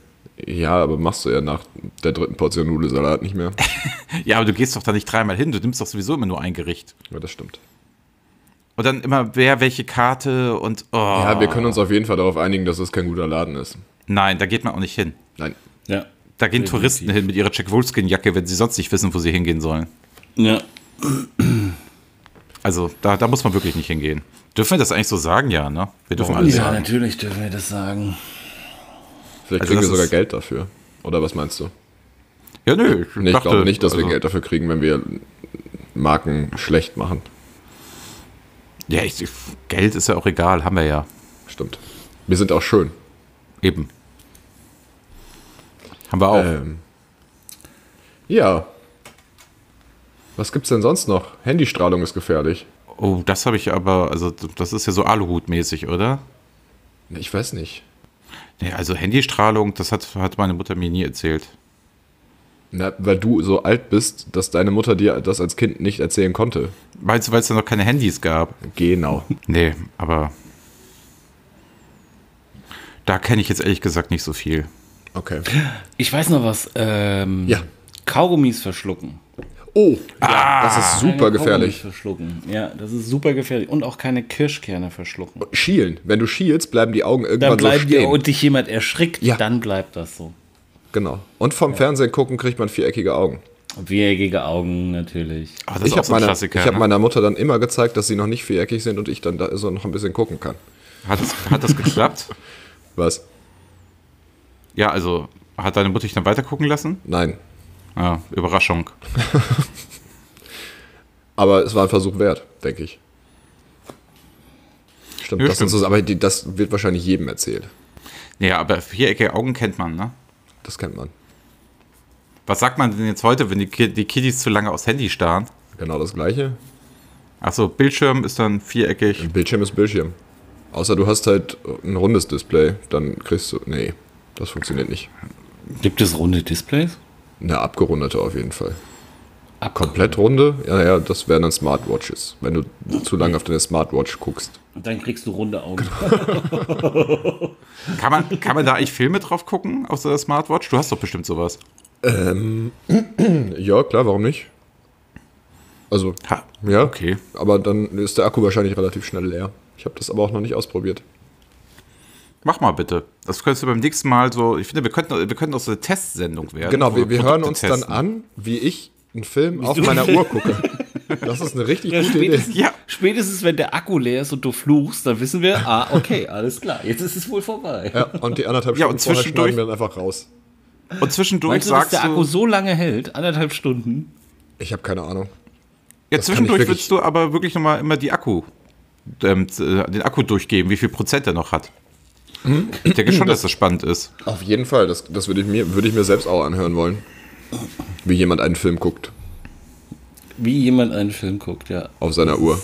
S1: Ja, aber machst du ja nach der dritten Portion Nudelsalat nicht mehr.
S2: Ja, aber du gehst doch da nicht dreimal hin. Du nimmst doch sowieso immer nur ein Gericht.
S1: Ja, das stimmt.
S2: Und dann immer, wer welche Karte und. Oh,
S1: Ja, wir können uns auf jeden Fall darauf einigen, dass es kein guter Laden ist.
S2: Nein, da geht man auch nicht hin.
S1: Nein.
S5: Ja.
S2: Da gehen Touristen hin mit ihrer Jack Wolfskin-Jacke, wenn sie sonst nicht wissen, wo sie hingehen sollen.
S5: Ja.
S2: Also, da, da muss man wirklich nicht hingehen. Dürfen wir das eigentlich so sagen? Ja, ne? Wir dürfen alles
S5: ja,
S2: sagen.
S5: natürlich dürfen wir das sagen.
S1: Vielleicht
S2: Also
S1: kriegen
S2: das
S1: wir sogar
S2: ist-
S1: Geld dafür. Oder was meinst du?
S2: Ja, nö. Ich,
S1: Nee, ich
S2: dachte,
S1: glaube nicht, dass wir
S2: also-
S1: Geld dafür kriegen, wenn wir Marken schlecht machen.
S2: Ja, ich, ich- Geld ist ja auch egal, haben wir ja.
S1: Stimmt. Wir sind auch schön.
S2: Eben. Haben wir auch.
S1: Ähm, ja. Was gibt's denn sonst noch? Handystrahlung ist gefährlich.
S2: Oh, das habe ich aber, also das ist ja so Aluhut-mäßig, oder?
S1: Ich weiß nicht.
S2: Nee, also Handystrahlung, das hat, hat meine Mutter mir nie erzählt.
S1: Na, weil du so alt bist, dass deine Mutter dir das als Kind nicht erzählen konnte.
S2: Meinst du, weil es da noch keine Handys gab?
S1: Genau.
S2: Nee, aber da kenne ich jetzt ehrlich gesagt nicht so viel.
S1: Okay.
S5: Ich weiß noch was. Ähm,
S1: Ja.
S5: Kaugummis verschlucken.
S1: Oh, ja, das
S2: Ah.
S1: ist super
S5: Keine Kaugummis
S1: gefährlich.
S5: verschlucken. Ja, das ist super gefährlich. Und auch keine Kirschkerne verschlucken.
S1: Schielen. Wenn du schielst, bleiben die Augen
S5: Dann
S1: irgendwann so
S5: bleibt dir
S1: stehen.
S5: und dich jemand erschrickt,
S1: Ja.
S5: dann bleibt das so.
S1: genau. Und vom Fernsehen gucken kriegt man viereckige Augen.
S5: Viereckige Augen natürlich.
S2: Ah, das
S1: Ich habe meiner, ich hab
S2: ne?
S1: meiner Mutter dann immer gezeigt, dass sie noch nicht viereckig sind und ich dann da so noch ein bisschen gucken kann.
S2: hat, das, hat das geklappt?
S1: Was?
S2: ja, also hat deine Mutter dich dann weitergucken lassen?
S1: Nein.
S2: Ja, Überraschung.
S1: Aber es war ein Versuch wert, denke ich. Stimmt,
S2: Ja,
S1: das,
S2: stimmt.
S1: Ist, aber die, das wird wahrscheinlich jedem erzählt.
S2: Ja, aber viereckige Augen kennt man, ne?
S1: Das kennt man.
S2: Was sagt man denn jetzt heute, wenn die, Ki- die Kiddies zu lange aufs Handy starren?
S1: Genau das gleiche.
S2: Achso, Bildschirm ist dann viereckig.
S1: Bildschirm ist Bildschirm. Außer du hast halt ein rundes Display, dann kriegst du. Nee, das funktioniert nicht.
S5: Gibt es runde Displays?
S1: Eine abgerundete auf jeden Fall.
S5: Ah,
S1: Komplett runde? Ja, ja, das wären dann Smartwatches, wenn du zu lange auf deine Smartwatch guckst.
S5: Dann kriegst du runde Augen.
S1: Genau.
S2: Kann man, kann man da eigentlich Filme drauf gucken auf so einer Smartwatch? Du hast doch bestimmt sowas.
S1: Ja, klar, warum nicht? Also,
S2: Ha.
S1: ja.
S2: Okay.
S1: Aber dann ist der Akku wahrscheinlich relativ schnell leer. Ich habe das aber auch noch nicht ausprobiert.
S2: Mach mal bitte. Das könntest du beim nächsten Mal so. Ich finde, wir könnten, wir könnten auch so eine Testsendung werden.
S1: Genau,
S2: wo
S1: wir, wir hören
S2: Produkte
S1: uns dann
S2: testen.
S1: an, wie ich einen Film auf meiner Uhr gucke. Das ist eine richtig gute Idee.
S5: Spätestens,
S2: Ja.
S5: spätestens, wenn der Akku leer ist und du fluchst, dann wissen wir, ah, okay, alles klar, jetzt ist es wohl vorbei.
S1: Ja, und die anderthalb
S2: Ja,
S1: Stunden
S2: und
S1: vorher
S2: zwischendurch-
S1: schneiden wir dann einfach raus.
S2: Und zwischendurch
S5: Meinst du, dass
S2: sagst
S5: der Akku
S2: du.
S5: so lange hält? Anderthalb Stunden?
S1: Ich habe keine Ahnung.
S2: Ja,
S1: Das kann ich
S2: zwischendurch
S1: wirklich-
S2: willst du aber wirklich nochmal immer die Akku. Ähm, äh, den Akku durchgeben, wie viel Prozent er noch hat. Ich denke schon, dass das spannend ist.
S1: Auf jeden Fall, das, das würde ich, mir- würde ich mir selbst auch anhören wollen. Wie jemand einen Film guckt
S5: Wie jemand einen Film guckt, ja.
S1: auf seiner Uhr.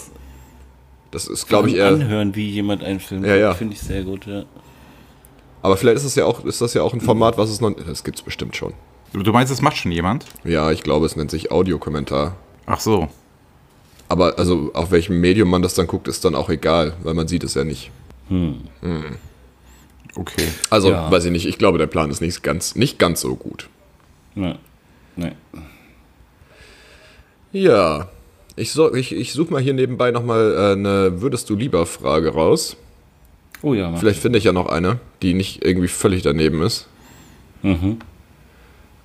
S1: Das ist, glaube ich, eher.
S5: Anhören, wie jemand einen Film
S1: Ja,
S5: guckt,
S1: ja.
S5: finde ich sehr gut, ja.
S1: Aber vielleicht ist das ja auch, ist das ja auch ein Format, was es noch. Das gibt's bestimmt schon.
S2: Du meinst, das macht schon jemand?
S1: Ja, ich glaube, es nennt sich Audiokommentar.
S2: Ach so.
S1: Aber also auf welchem Medium man das dann guckt, ist dann auch egal, weil man sieht es ja nicht.
S2: Okay.
S1: Also,
S5: Ja.
S1: weiß ich nicht, ich glaube, der Plan ist nicht ganz, nicht ganz so gut.
S5: ja. Nein.
S1: Ja. Ich, so, ich, ich suche mal hier nebenbei nochmal äh, eine Würdest du lieber Frage raus.
S5: Oh ja, Mann.
S1: Vielleicht finde ich ja noch eine, die nicht irgendwie völlig daneben ist.
S5: Mhm.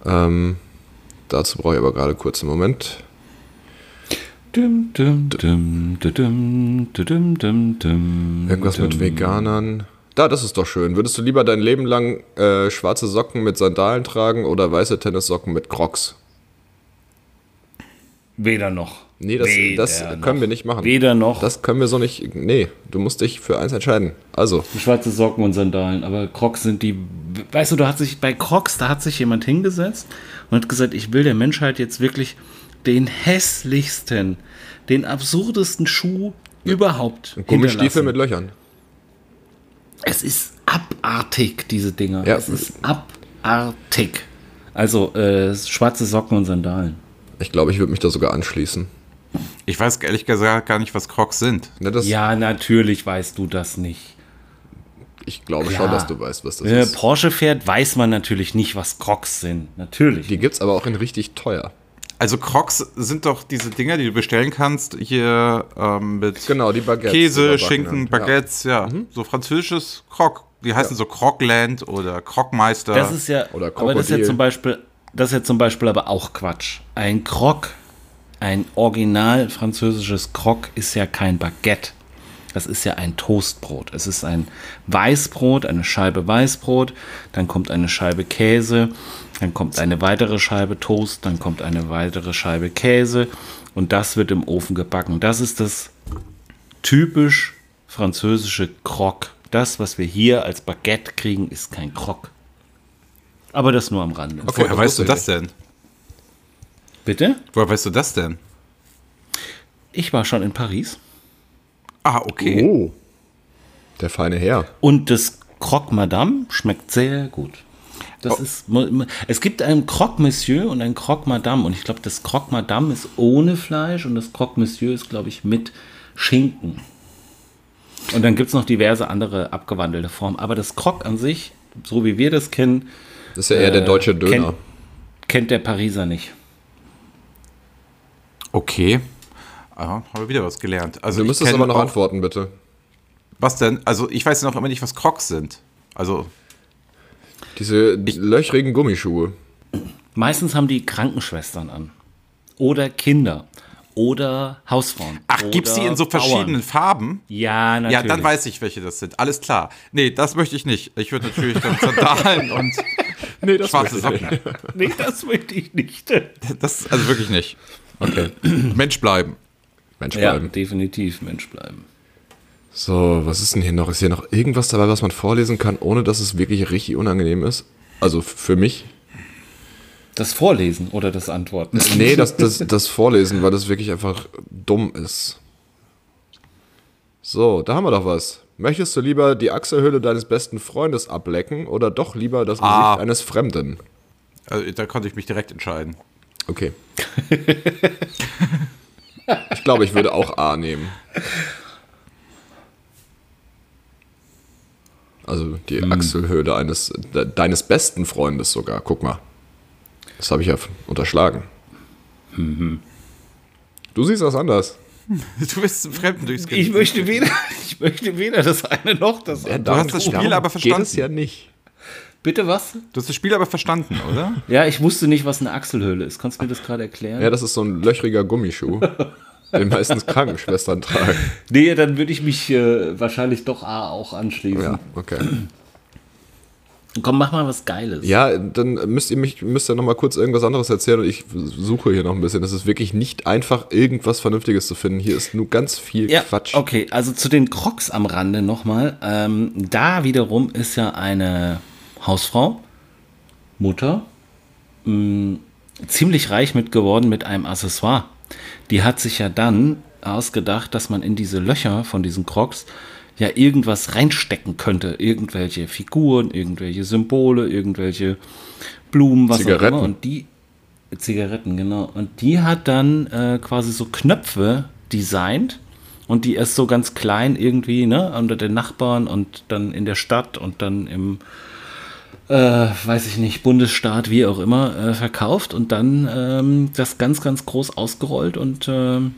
S1: Ähm, dazu brauche ich aber gerade kurz einen Moment.
S5: Dum, dum, dum, dum, dum, dum, dum, dum,
S1: Irgendwas mit
S5: dum.
S1: Veganern. Da, das ist doch schön. Würdest du lieber dein Leben lang äh, schwarze Socken mit Sandalen tragen oder weiße Tennissocken mit Crocs?
S5: Weder noch.
S1: Nee, das,
S5: Weder
S1: das
S5: noch.
S1: können wir nicht machen.
S5: Weder noch.
S1: Das können wir so nicht. Nee, du musst dich für eins entscheiden. Also,
S5: Schwarze Socken und Sandalen, aber Crocs sind die. Weißt du, da hat sich bei Crocs, da hat sich jemand hingesetzt und hat gesagt, ich will der Menschheit jetzt wirklich den hässlichsten, den absurdesten Schuh überhaupt.
S1: Gummistiefel
S5: hinterlassen.
S1: mit Löchern.
S5: Es ist abartig, diese Dinger.
S1: Ja.
S5: Es ist abartig. Also äh, schwarze Socken und Sandalen.
S1: Ich glaube, ich würde mich da sogar anschließen.
S2: Ich weiß ehrlich gesagt gar nicht, was Crocs sind.
S1: Ne, das,
S5: Ja, natürlich weißt du das nicht.
S1: Ich glaube schon,
S5: Klar. Ne,
S1: dass du weißt, was das
S5: Wenn man
S1: ist.
S5: Porsche fährt, weiß man natürlich nicht, was Crocs sind. Natürlich.
S1: Die gibt's aber auch in richtig teuer.
S2: Also Crocs sind doch diese Dinger, die du bestellen kannst hier ähm, mit
S1: Genau, die Baguettes. Mhm.
S2: Käse,
S1: überbacken
S2: Schinken,
S1: und-
S2: Baguettes, ja. So französisches Croc. Die heißen so Crocland oder Crocmeister.
S5: Das ist ja,
S1: Oder
S5: aber das ist ja
S1: Krokodil.
S5: zum Beispiel, das ist ja zum Beispiel aber auch Quatsch. Ein Croc, ein original französisches Croc ist ja kein Baguette. Das ist ja ein Toastbrot. Es ist ein Weißbrot, eine Scheibe Weißbrot, dann kommt eine Scheibe Käse, dann kommt eine weitere Scheibe Toast, dann kommt eine weitere Scheibe Käse und das wird im Ofen gebacken. Das ist das typisch französische Croc. Das, was wir hier als Baguette kriegen, ist kein Croc. Aber das nur am Rande.
S1: Okay,
S2: Woher weißt du das
S1: wusste
S2: denn?
S5: Bitte?
S2: Woher weißt du das denn?
S5: Ich war schon in Paris.
S2: Ah,
S1: ich
S2: okay.
S1: nicht. Oh. Der feine Herr.
S5: Und das Croque Madame schmeckt sehr gut. Das ist, es gibt einen Croque Monsieur und einen Croque Madame. Und ich glaube, das Croque Madame ist ohne Fleisch und das Croque Monsieur ist, glaube ich, mit Schinken. Und dann gibt es noch diverse andere abgewandelte Formen. Aber das Croque an sich, so wie wir das kennen,
S1: Das ist ja eher der
S5: Äh,
S1: deutsche Döner.
S5: kennt- kennt der Pariser nicht.
S2: Okay. Ah, haben wir wieder was gelernt.
S1: Oh.
S2: Also
S1: Du
S2: ich
S1: müsstest
S2: kenn
S1: aber noch
S2: auch-
S1: antworten, bitte.
S2: Was denn? Also ich weiß noch immer nicht, was Crocs sind. Also
S1: Diese löchrigen Gummischuhe.
S5: Meistens haben die Krankenschwestern an. Oder Kinder. Oder Hausfrauen.
S2: Ach, gibt's die
S5: Oder
S2: in so verschiedenen
S5: Bauern.
S2: Farben?
S5: Ja, natürlich.
S2: Ja, dann weiß ich, welche das sind. Alles klar. Nee, das möchte ich nicht. Ich würde natürlich dann Sandalen und
S1: Nee, das
S2: Schwarze
S1: möchte ich
S2: Socken.
S1: nicht.
S4: Nee, das möchte ich nicht.
S2: Das also wirklich nicht. Okay. Mensch bleiben.
S1: Mensch
S5: Ja,
S1: bleiben.
S5: definitiv Mensch bleiben.
S1: So, was ist denn hier noch? Ist hier noch irgendwas dabei, was man vorlesen kann, ohne dass es wirklich richtig unangenehm ist? Also f- für mich?
S5: Das Vorlesen oder das Antworten.
S1: Nee, das, das, das Vorlesen, weil das wirklich einfach dumm ist. So, da haben wir doch was. Möchtest du lieber die Achselhöhle deines besten Freundes ablecken oder doch lieber das Gesicht
S2: Ah.
S1: eines Fremden?
S2: Also, da konnte ich mich direkt entscheiden.
S1: Okay. ich glaube, ich würde auch A nehmen. Also die Achselhöhle eines de, deines besten Freundes sogar. Guck mal. Das habe ich ja f- unterschlagen. Du siehst das anders.
S2: Du bist ein Fremden durchs Gesicht.
S4: Ich möchte weder, ich möchte weder das eine noch das andere.
S2: darum- hast das Spiel
S1: darum
S2: aber verstanden.
S1: Geht es ja nicht.
S5: Bitte was?
S2: Du hast das Spiel aber verstanden, oder?
S5: Ja, ich wusste nicht, was eine Achselhöhle ist. Kannst du mir das gerade erklären?
S1: Ja, das ist so ein löchriger Gummischuh, den meistens Krankenschwestern tragen.
S5: Nee, dann würde ich mich äh, wahrscheinlich doch A auch anschließen.
S1: Ja, okay.
S5: Komm, mach mal was Geiles.
S1: Ja, dann müsst ihr mich müsst ihr noch mal kurz irgendwas anderes erzählen und ich suche hier noch ein bisschen. Es ist wirklich nicht einfach irgendwas Vernünftiges zu finden. Hier ist nur ganz viel
S5: Ja,
S1: Quatsch.
S5: okay, also zu den Crocs am Rande nochmal. Ähm, da wiederum ist ja eine Hausfrau, Mutter, mh, ziemlich reich mit geworden mit einem Accessoire. Die hat sich ja dann ausgedacht, dass man in diese Löcher von diesen Crocs ja irgendwas reinstecken könnte. Irgendwelche Figuren, irgendwelche Symbole, irgendwelche Blumen, was
S1: Zigaretten.
S5: auch immer. Und die Zigaretten, genau. Und die hat dann äh, quasi so Knöpfe designt und die erst so ganz klein irgendwie, ne, unter den Nachbarn und dann in der Stadt und dann im, äh, weiß ich nicht, Bundesstaat, wie auch immer, äh, verkauft und dann ähm, das ganz, ganz groß ausgerollt und ähm,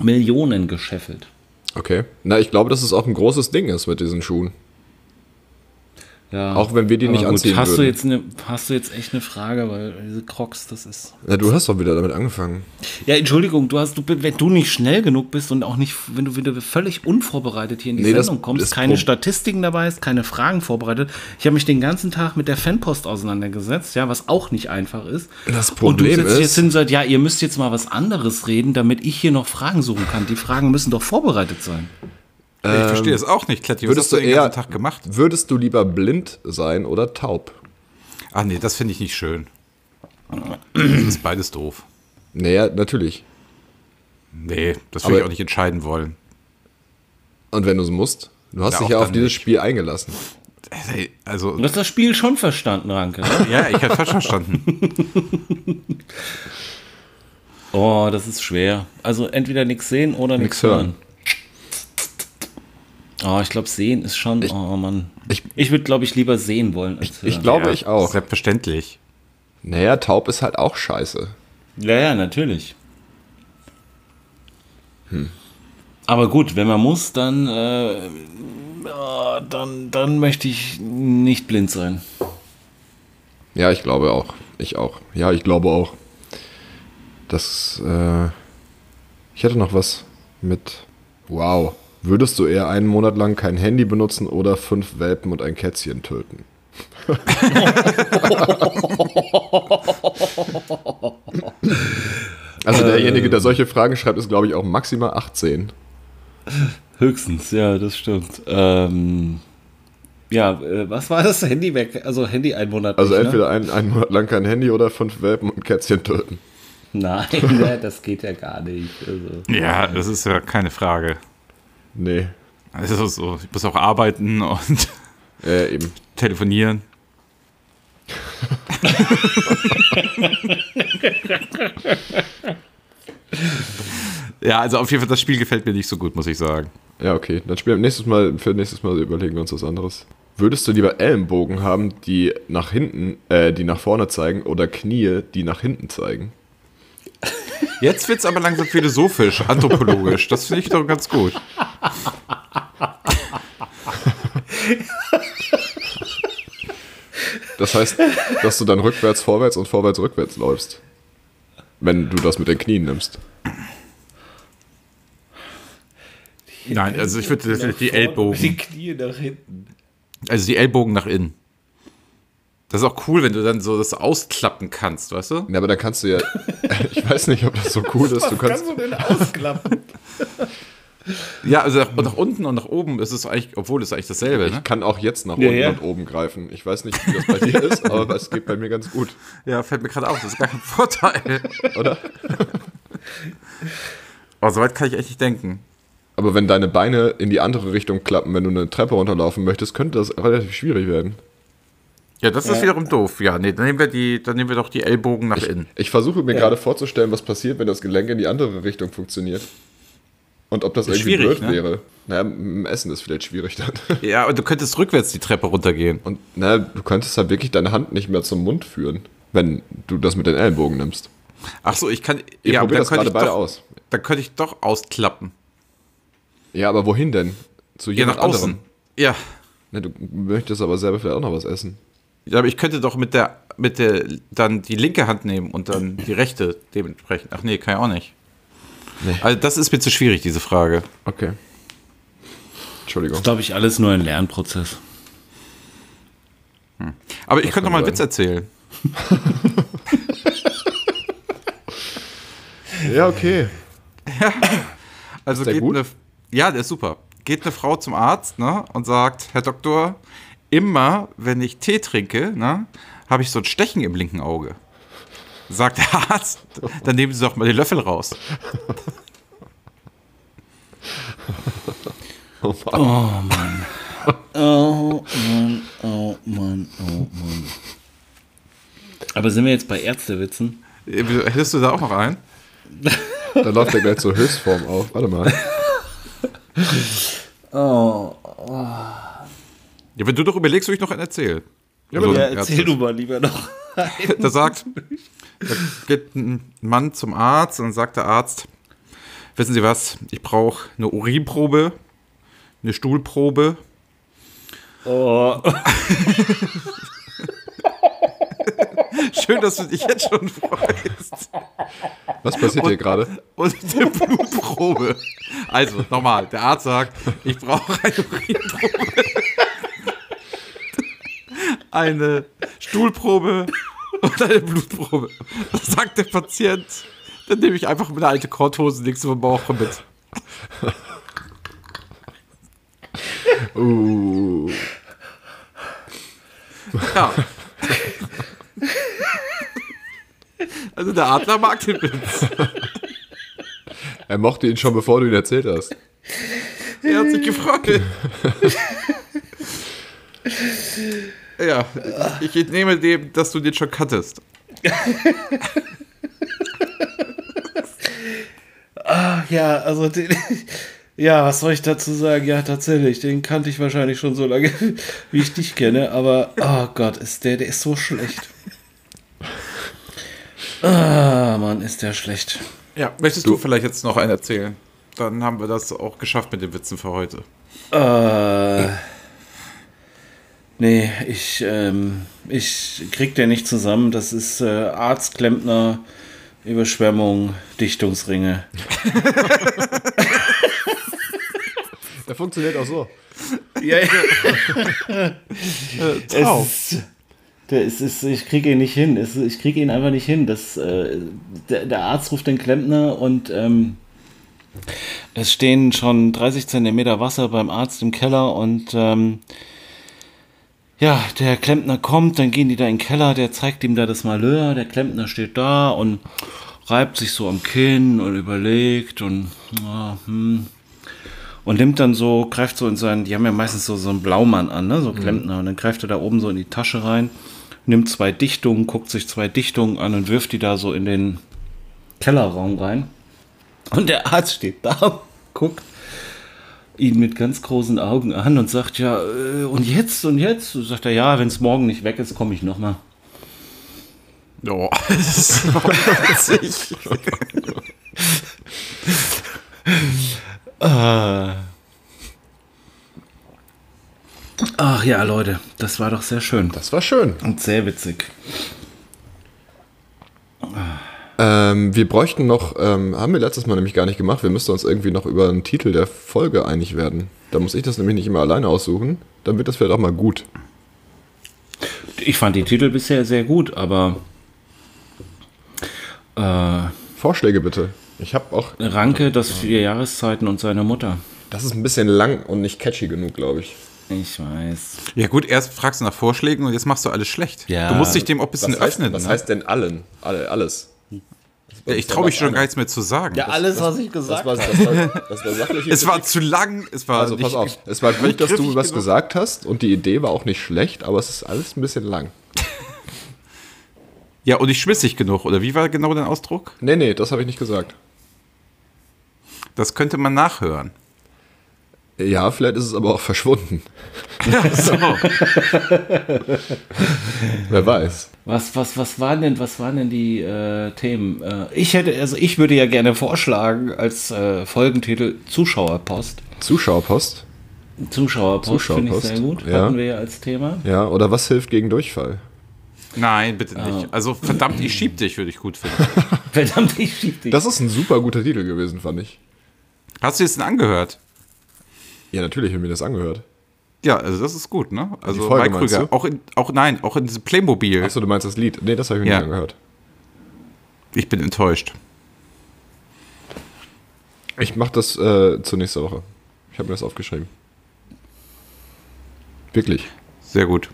S5: Millionen gescheffelt.
S1: Okay. Na, ich glaube, dass es auch ein großes Ding ist mit diesen Schuhen.
S5: Ja.
S1: Auch wenn wir die nicht
S5: Aber
S1: anziehen
S5: hast
S1: würden.
S5: Du jetzt eine, hast du jetzt echt eine Frage, weil diese Crocs, das ist.
S1: Na, du hast doch wieder damit angefangen.
S5: Ja, Entschuldigung, du hast, du, wenn du nicht schnell genug bist und auch nicht, wenn du wieder völlig unvorbereitet hier in die
S1: Nee, das
S5: Sendung kommst,
S1: ist
S5: keine
S1: Prob-
S5: Statistiken dabei ist, keine Fragen vorbereitet. Ich habe mich den ganzen Tag mit der Fanpost auseinandergesetzt, ja, was auch nicht einfach ist.
S1: Das
S5: und
S1: Problem
S5: du sitzt
S1: ist-
S5: jetzt hin und sagst, ja, ihr müsst jetzt mal was anderes reden, damit ich hier noch Fragen suchen kann. Die Fragen müssen doch vorbereitet sein.
S2: ich verstehe es auch nicht, Kletti. Was
S1: Ähm, würdest
S2: hast du
S1: du
S2: den
S1: eher-
S2: ganzen Tag gemacht?
S1: Würdest du lieber blind sein oder taub?
S2: Ah, nee, das finde ich nicht schön. Das ist beides doof.
S1: Naja, natürlich.
S2: Nee, das
S1: Aber-
S2: würde ich auch nicht entscheiden wollen.
S1: Und wenn du es musst, du hast
S2: Ja,
S1: dich
S2: auch
S1: ja auf
S2: dann
S1: dieses
S2: nicht.
S1: Spiel eingelassen.
S2: Hey, Also,
S5: Du hast das Spiel schon verstanden, Ranke. ne?
S2: ja, ich habe falsch verstanden.
S5: oh, das ist schwer. Also entweder nichts sehen oder nichts
S1: Nix hören.
S5: hören. Oh, ich glaube, sehen ist schon. oh Mann.
S1: Ich,
S5: Ich würde, glaube ich, lieber sehen wollen als hören.
S1: ich glaube, ich auch.
S2: Selbstverständlich.
S1: Naja, taub ist halt auch scheiße.
S5: Ja, ja, natürlich. Hm. Aber gut, wenn man muss, dann, äh, ja, dann, dann möchte ich nicht blind sein.
S1: Ja, ich glaube auch. Ich auch. Ja, ich glaube auch. Das, äh, ich hatte noch was mit. Wow. Würdest du eher einen Monat lang kein Handy benutzen oder fünf Welpen und ein Kätzchen töten? also derjenige, der solche Fragen schreibt, ist, glaube ich, auch maximal 18.
S5: Höchstens, ja, das stimmt. Ähm, ja, äh, was war das? Handy weg, also Handy ein Monat.
S1: Also
S5: nicht,
S1: entweder einen, einen Monat lang kein Handy oder fünf Welpen und Kätzchen töten.
S5: Ne? Nein, ne, das geht ja gar nicht. Also.
S2: Ja, das ist ja keine Frage.
S1: Nee.
S2: Also so, ich muss auch arbeiten und
S1: Äh, eben.
S2: telefonieren. ja, also auf jeden Fall, das Spiel gefällt mir nicht so gut, muss ich sagen.
S1: Ja, okay. Dann spielen wir nächstes Mal, für nächstes Mal überlegen wir uns was anderes. Würdest du lieber Ellenbogen haben, die nach hinten, äh, die nach vorne zeigen, oder Knie, die nach hinten zeigen?
S2: Jetzt wird's aber langsam philosophisch, anthropologisch. Das finde ich doch ganz gut.
S1: Das heißt, dass du dann rückwärts, vorwärts und vorwärts, rückwärts läufst. Wenn du das mit den Knien nimmst.
S2: Nein, also ich würde tatsächlich die Ellbogen,
S5: Knie nach hinten.
S2: also die Ellbogen nach innen. Das Das ist auch cool, wenn du dann so das ausklappen kannst, weißt du?
S1: Ja, aber da kannst du ja. ich weiß nicht, ob das so cool ist. Du kannst,
S5: du denn ausklappen?
S2: Ja, also nach, nach unten und nach oben ist es eigentlich, obwohl es eigentlich dasselbe, ne?
S1: ich kann auch jetzt nach
S5: Ja,
S1: unten
S5: ja.
S1: und oben greifen. Ich weiß nicht, wie das bei dir ist, aber es geht bei mir ganz gut,
S2: Ja, fällt mir gerade auf, das ist gar kein Vorteil.
S1: oder?
S2: Aber soweit Oh, kann ich echt nicht denken.
S1: Aber wenn deine Beine in die andere Richtung klappen, wenn du eine Treppe runterlaufen möchtest, könnte das relativ schwierig werden.
S2: Ja, das ist
S5: Ja.
S2: wiederum doof. Ja, nee, dann nehmen wir die, dann nehmen wir doch die Ellbogen nach innen.
S1: Ich versuche mir gerade vorzustellen, was passiert, wenn das Gelenk in die andere Richtung funktioniert. Und ob das
S2: Ist
S1: irgendwie
S2: schwierig,
S1: blöd
S2: ne?
S1: wäre. Naja, im Essen ist vielleicht schwierig dann.
S2: Ja, und du könntest rückwärts die Treppe runtergehen.
S1: Und naja, du könntest halt wirklich deine Hand nicht mehr zum Mund führen, wenn du das mit den Ellenbogen nimmst.
S2: Ach so, ich kann.
S1: Ihr
S2: ja, aber
S1: probiert
S2: dann
S1: das
S2: könnte
S1: gerade
S2: ich
S1: beide
S2: doch,
S1: aus.
S2: Dann könnte ich doch ausklappen.
S1: Ja, aber wohin denn? Zu
S2: Ja,
S1: jemand
S2: nach außen.
S1: anderem.
S2: Ja.
S1: Ne, du möchtest aber selber vielleicht auch noch was essen.
S2: ja, aber ich könnte doch mit der, mit der, dann die linke Hand nehmen und dann die rechte dementsprechend. Ach nee, kann ich auch nicht. Also, das ist mir zu schwierig, diese Frage.
S1: Okay. Entschuldigung.
S6: Das glaube ich, alles nur ein Lernprozess.
S2: Aber ich könnte noch mal einen
S1: kann
S2: Witz erzählen.
S1: Ja, okay.
S2: Also
S1: der
S2: geht
S1: gut?
S2: eine. Ja, der ist super. Geht eine Frau zum Arzt ne, und sagt: Herr Doktor, immer wenn ich Tee trinke, ne, habe ich so ein Stechen im linken Auge. Sagt der Arzt, dann nehmen Sie doch mal den Löffel raus.
S1: Oh Mann.
S6: Oh Mann, oh Mann, oh Mann. Aber sind wir jetzt bei Ärztewitzen?
S2: Äh, wieso- Hättest du da auch noch einen?
S1: Da läuft er gleich zur Höchstform auf. Warte mal.
S2: Ja, wenn du doch überlegst, würde ich noch einen erzählen. Ja,
S6: Also
S5: Ja, erzähl du mal lieber noch.
S2: Da sagt, da geht ein Mann zum Arzt und sagt der Arzt, wissen Sie was, ich brauche eine Urinprobe, eine Stuhlprobe.
S5: Oh.
S2: Schön, dass du dich jetzt schon freust.
S1: Was passiert hier gerade?
S2: Und eine Blutprobe. Also, nochmal, der Arzt sagt, ich brauche eine Urinprobe, eine Stuhlprobe und eine Blutprobe. Das sagt der Patient, dann nehme ich einfach meine alte Korthose nächste Woche mit.
S1: Uh.
S2: Ja. Also der Adler mag den Witz.
S1: Er mochte ihn schon, bevor du ihn erzählt hast.
S2: Er hat sich gefreut. ja, ich entnehme dem, dass du den schon kattest.
S5: Ja, also den, ja, was soll ich dazu sagen? Ja, tatsächlich, den kannte ich wahrscheinlich schon so lange, wie ich dich kenne, aber oh Gott, ist der, der ist so schlecht. Ah, Mann, ist der schlecht.
S2: Ja, möchtest du, vielleicht jetzt noch einen erzählen? Dann haben wir das auch geschafft mit den Witzen für heute.
S5: Äh, nee, ich, ähm, ich krieg den nicht zusammen. Das ist äh, Arzt, Klempner, Überschwemmung, Dichtungsringe.
S1: Der funktioniert auch so.
S5: Ja, es ist, der ist, ist, ich kriege ihn nicht hin. Es, ist- ich kriege ihn einfach nicht hin. Das, äh, der, der Arzt ruft den Klempner und ähm, es stehen schon 30 Zentimeter Wasser beim Arzt im Keller und ähm, ja, der Klempner kommt, dann gehen die da in den Keller, der zeigt ihm da das Malheur, der Klempner steht da und reibt sich so am Kinn und überlegt und ja, hm, und nimmt dann so, greift so in seinen, die haben ja meistens so, so einen Blaumann an, ne? so Klempner. Und dann greift er da oben so in die Tasche rein, nimmt zwei Dichtungen, guckt sich zwei Dichtungen an und wirft die da so in den Kellerraum rein. Und der Arzt steht da, guckt ihn mit ganz großen Augen an und sagt, ja, äh, und jetzt, und jetzt? Und sagt er, ja, wenn es morgen nicht weg ist, komme ich nochmal.
S2: Ja, das ist auch witzig.
S5: Ach ja, Leute, das war doch sehr schön
S1: Das war schön.
S5: und sehr witzig.
S1: Ähm, wir bräuchten noch, ähm, haben wir letztes Mal nämlich gar nicht gemacht, wir müssten uns irgendwie noch über einen Titel der Folge einig werden. Da muss ich das nämlich nicht immer alleine aussuchen. Dann wird das vielleicht auch mal gut.
S5: Ich fand die Titel bisher sehr gut, aber äh,
S1: Vorschläge bitte. Ich habe auch.
S5: Ranke, das Vier Jahreszeiten und seine Mutter.
S1: Das ist ein bisschen lang und nicht catchy genug, glaube ich.
S5: Ich weiß.
S2: Ja gut, erst fragst du nach Vorschlägen und jetzt machst du alles schlecht.
S5: Ja.
S2: du musst dich dem auch ein bisschen
S1: Was, heißt,
S2: öffnen.
S1: was
S2: ne?
S1: heißt denn allen? Alle, alles.
S2: ja, ich traue mich schon gar nichts mehr zu sagen.
S5: alles, was ich
S1: Das war, das war, das war sachliche
S2: es war
S1: Kritik.
S2: zu lang. Es war
S1: Also
S2: nicht,
S1: pass auf, es war gut, dass du
S2: griffig
S1: was
S2: genug.
S1: gesagt hast und die Idee war auch nicht schlecht, aber es ist alles ein bisschen lang.
S2: Ja, und nicht schmissig genug, oder wie war genau dein Ausdruck?
S1: Nee, nee, das habe ich nicht gesagt.
S2: Das könnte man nachhören.
S1: Ja, vielleicht ist es aber auch verschwunden.
S2: Ja, so.
S1: Wer weiß.
S5: Was, was, was waren denn, was waren denn die äh, Themen? Äh, ich hätte, also ich würde ja gerne vorschlagen als äh, Folgentitel Zuschauerpost.
S1: Zuschauerpost?
S5: Zuschauerpost, finde ich
S1: Zuschauerpost,
S5: sehr gut.
S1: ja.
S5: Hatten wir ja als Thema.
S1: Ja, oder was hilft gegen Durchfall?
S2: Nein, bitte nicht. Also verdammt, ich schieb dich, würde ich gut finden.
S5: Verdammt, ich schieb dich.
S1: Das ist ein super guter Titel gewesen, fand ich.
S2: Hast du es denn angehört?
S1: Ja, natürlich habe ich mir das angehört.
S2: Ja, also das ist gut, ne? Also
S1: Folge
S2: Mike
S1: meinst
S2: Krüger,
S1: du?
S2: auch in, auch nein, auch in diesem Playmobil.
S1: Achso, du meinst das Lied? Nee, das habe ich mir
S2: Ja.
S1: nicht angehört.
S2: Ich bin enttäuscht.
S1: Ich mache das äh, zur nächsten Woche. Ich habe mir das aufgeschrieben. Wirklich.
S2: Sehr gut.